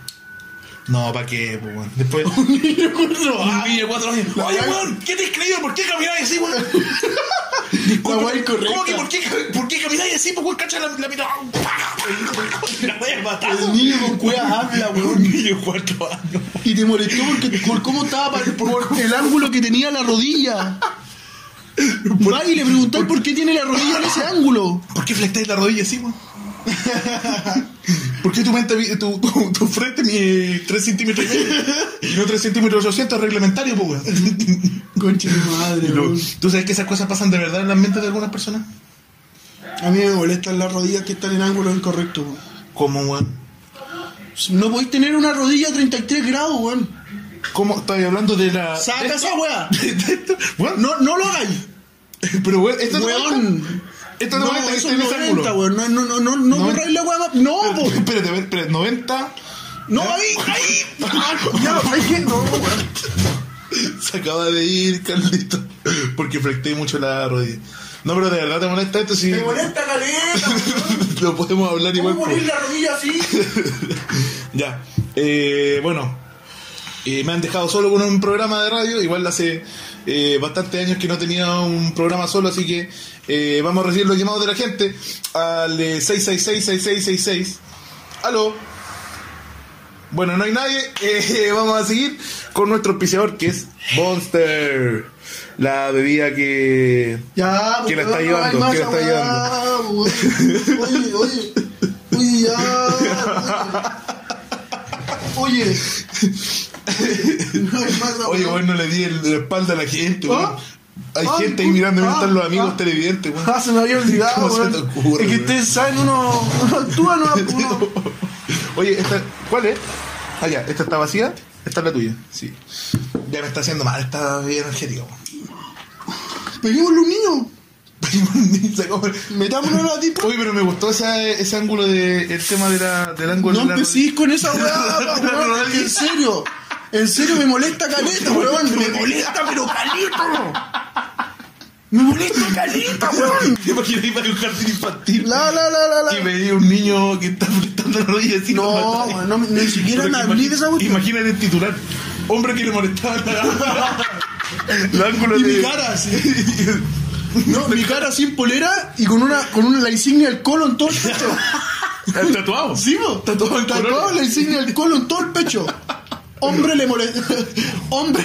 S2: No, ¿para qué? po, weón? Después. Un
S1: niño con ah, ropa.
S2: niño de 4 años.
S1: La
S2: Oye,
S1: weá-
S2: weón, ¿qué te has creído? ¿Por qué camináis así, weón?
S1: La weá
S2: ¿Cómo que por
S1: incorrecta.
S2: qué, por qué camináis así? ¿Por qué cacha la, la mitad? La voy a matar.
S1: El niño con cuevas habla,
S2: Un
S1: weón.
S2: niño de 4 años.
S1: Y te molestó porque, por cómo estaba, pa- por, el ángulo que tenía la rodilla. Va y le preguntáis por qué tiene la rodilla en ese ángulo.
S2: ¿Por qué flectáis la rodilla así, weón? ¿Por qué tu, mente, mi- tu, tu, tu frente mide 3 centímetros y medio? Y no 3 centímetros 800 reglamentario, pues, weón.
S1: Concha de madre,
S2: Y lo-
S1: weón.
S2: ¿Tú sabes que esas cosas pasan de verdad en las mentes de algunas personas?
S1: A mí me molestan las rodillas que están en ángulo incorrecto, weón.
S2: ¿Cómo, weón?
S1: No podéis tener una rodilla a 33 grados, weón.
S2: ¿Cómo? Estoy hablando de la...
S1: Saca esa weá.
S2: de esto. Weón, no.
S1: No, no lo hagáis.
S2: Pero, weón, esto
S1: Weón.
S2: Esto te
S1: No,
S2: molesta que
S1: eso
S2: esté
S1: es
S2: en ese
S1: 90,
S2: ángulo.
S1: weón. No, no, no, no, este no
S2: No.
S1: me raíz la weá más. No, po.
S2: Espérate, a ver, espérate. 90...
S1: No, ahí, ahí. Ya, hay que no, weón.
S2: Se acaba de ir, Carlito. Porque fracté mucho la rodilla. No, pero de verdad te molesta esto si
S1: Me molesta caleta, weón.
S2: lo podemos hablar igual.
S1: ¿Cómo poner
S2: pues.
S1: la rodilla así?
S2: Ya. Eh, bueno. Eh, me han dejado solo con un programa de radio. Igual hace eh, bastantes años que no tenía un programa solo, así que eh, vamos a recibir los llamados de la gente al eh, 666-6666. Aló. Bueno, no hay nadie. Eh, vamos a seguir con nuestro auspiciador que es Monster. La bebida que
S1: Ya,
S2: ¿Quién la
S1: weón,
S2: está
S1: no hagáis
S2: llevando?
S1: más
S2: ¿Quién la está
S1: esa weá, weón. Oye, oye. Oye, ya. Oye. Oye. No hay más esa
S2: Oye,
S1: weá.
S2: weón, no le di el- la espalda a la gente,
S1: ¿Ah?
S2: weón. Hay
S1: Ah,
S2: gente ahí
S1: disculpa.
S2: mirando,
S1: Ah,
S2: están los amigos
S1: ah.
S2: televidentes, weón.
S1: Ah, se me había olvidado,
S2: ¿Cómo se
S1: weón.
S2: te ocurre,
S1: Es que
S2: weón?
S1: ustedes saben, uno, uno actúa, no uno.
S2: Oye, esta, ¿cuál es? Ah, ya, esta está vacía, esta es la tuya, sí. Ya me está haciendo mal esta bebida energética, weón.
S1: Peguémosle un niño.
S2: Se come-
S1: Metámonos a la tipa.
S2: Oye, pero me gustó esa- ese ángulo de, el tema de la, del ángulo
S1: No pues
S2: de la...
S1: empecéis con esa weá,
S2: No, no, no,
S1: weón. En serio. En serio me molesta caleta, weón. Me molesta, pero caleta. Me molesta caleta, weón.
S2: ¿Te imaginas ir para un jardín infantil?
S1: La, la, la, la,
S2: Y
S1: la.
S2: veía un niño que está apretando la rodilla y
S1: No, weón, no, ni siquiera me hablé de esa weá.
S2: Imagínate el titular. Hombre que le molestaba la- el ángulo
S1: Y
S2: de...
S1: mi cara así. No, mi cara sin polera y con una, con una la insignia del colon todo el pecho.
S2: El tatuado.
S1: Sí, po.
S2: Tatuado en
S1: Tatuado
S2: colores.
S1: la insignia del colon todo el pecho. Hombre le molestaba. Hombre,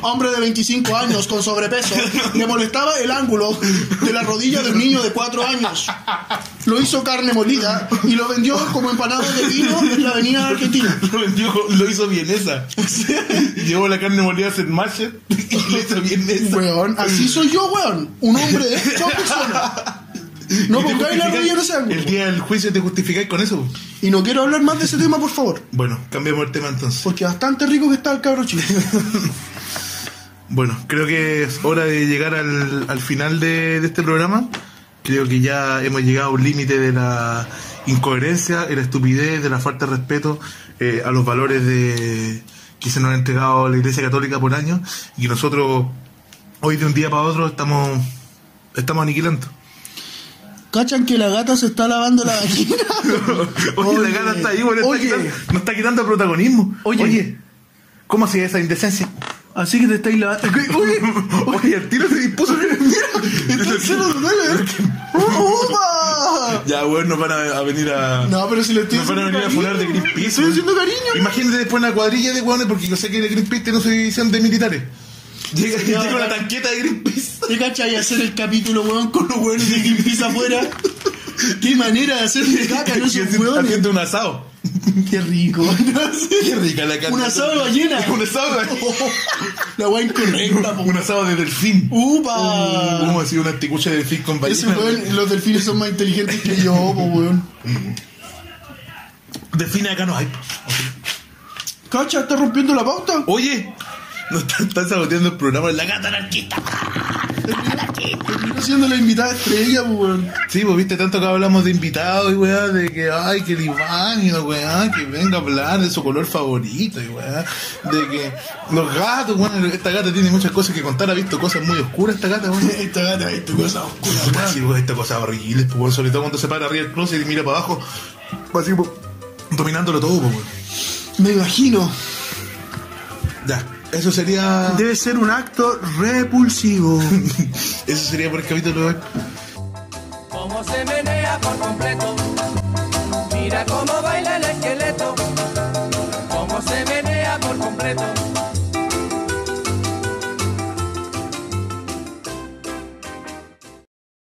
S1: hombre de 25 años con sobrepeso. Le molestaba el ángulo de la rodilla de un niño de 4 años. Lo hizo carne molida y lo vendió como empanado de vino en la avenida Argentina.
S2: Lo vendió, lo hizo vienesa. Llevó la carne molida a St. Marshall y lo hizo vienesa.
S1: Weón, así soy yo, weón. Un hombre de esta persona. No
S2: Y te
S1: pongáis la
S2: justificáis-
S1: rodilla en ese ángulo.
S2: El día del juicio te justificáis con eso.
S1: Y no quiero hablar más de ese tema, por favor.
S2: Bueno, cambiamos el tema entonces.
S1: Porque bastante rico que está el cabro chico.
S2: Bueno, creo que es hora de llegar al, al final de, de este programa. Creo que ya hemos llegado a un límite de la incoherencia, de la estupidez, de la falta de respeto eh, a los valores de que se nos ha entregado la Iglesia Católica por años y que nosotros hoy de un día para otro estamos estamos aniquilando.
S1: ¿Cachan que la gata se está lavando la vagina?
S2: Oye,
S1: Oye,
S2: la gana está ahí, bueno, está
S1: oye.
S2: quitando- nos está quitando protagonismo.
S1: Oye.
S2: ¿cómo hacía esa indecencia?
S1: Así que te estáis lavando. Oye,
S2: Oye, el tiro se dispuso.
S1: está en cero de nueve. ¡Upa!
S2: ya, weón, nos van a, a venir a.
S1: No, pero si le estoy
S2: Nos van a venir a
S1: cariño,
S2: funar de Greenpeace,
S1: le Estoy
S2: weón.
S1: haciendo cariño.
S2: Imagínate después una cuadrilla de weones, porque yo sé que de Greenpeace tiene su división de militares. Llega,
S1: Señor.
S2: llega una tanqueta de Greenpeace.
S1: ¿Te cachai hacer el capítulo, weón, con los weones de Greenpeace afuera? ¡Qué manera de hacerle caca, no
S2: Y
S1: esos
S2: haciendo-
S1: weones!
S2: haciendo un asado.
S1: ¡Qué rico!
S2: Qué rica la carne.
S1: ¡Un asado de ballena!
S2: Un asado de-
S1: La weá incorrecta, po.
S2: Un asado de delfín.
S1: ¡Upa!
S2: ¿Cómo ha sido una ticucha de delfín con
S1: Ese
S2: ballena?
S1: weón, los delfines son más inteligentes que yo, po, weón.
S2: Delfines acá no hay.
S1: Cacha, está rompiendo la pauta.
S2: Oye, nos están, están saboteando el programa de la gata anarquista.
S1: Terminó siendo la invitada estrella, pues, weón.
S2: Sí, pues viste tanto que hablamos de invitados y weá, de que ay, que el Iván y la weá, que venga a hablar de su color favorito y weá, de que los gatos, weón, esta gata tiene muchas cosas que contar, ha visto cosas muy oscuras esta gata, weón.
S1: Esta gata, esta cosa oscura,
S2: Puta, sí, weón, esta cosa horrible, pues, weón, sobre todo cuando se para arriba del closet y mira para abajo, así, pues, dominándolo todo, pues, weón.
S1: Me imagino.
S2: Ya, eso sería.
S1: Debe ser un acto repulsivo.
S2: Eso sería por el capítulo de hoy.
S4: cómo se menea por completo. Mira cómo va.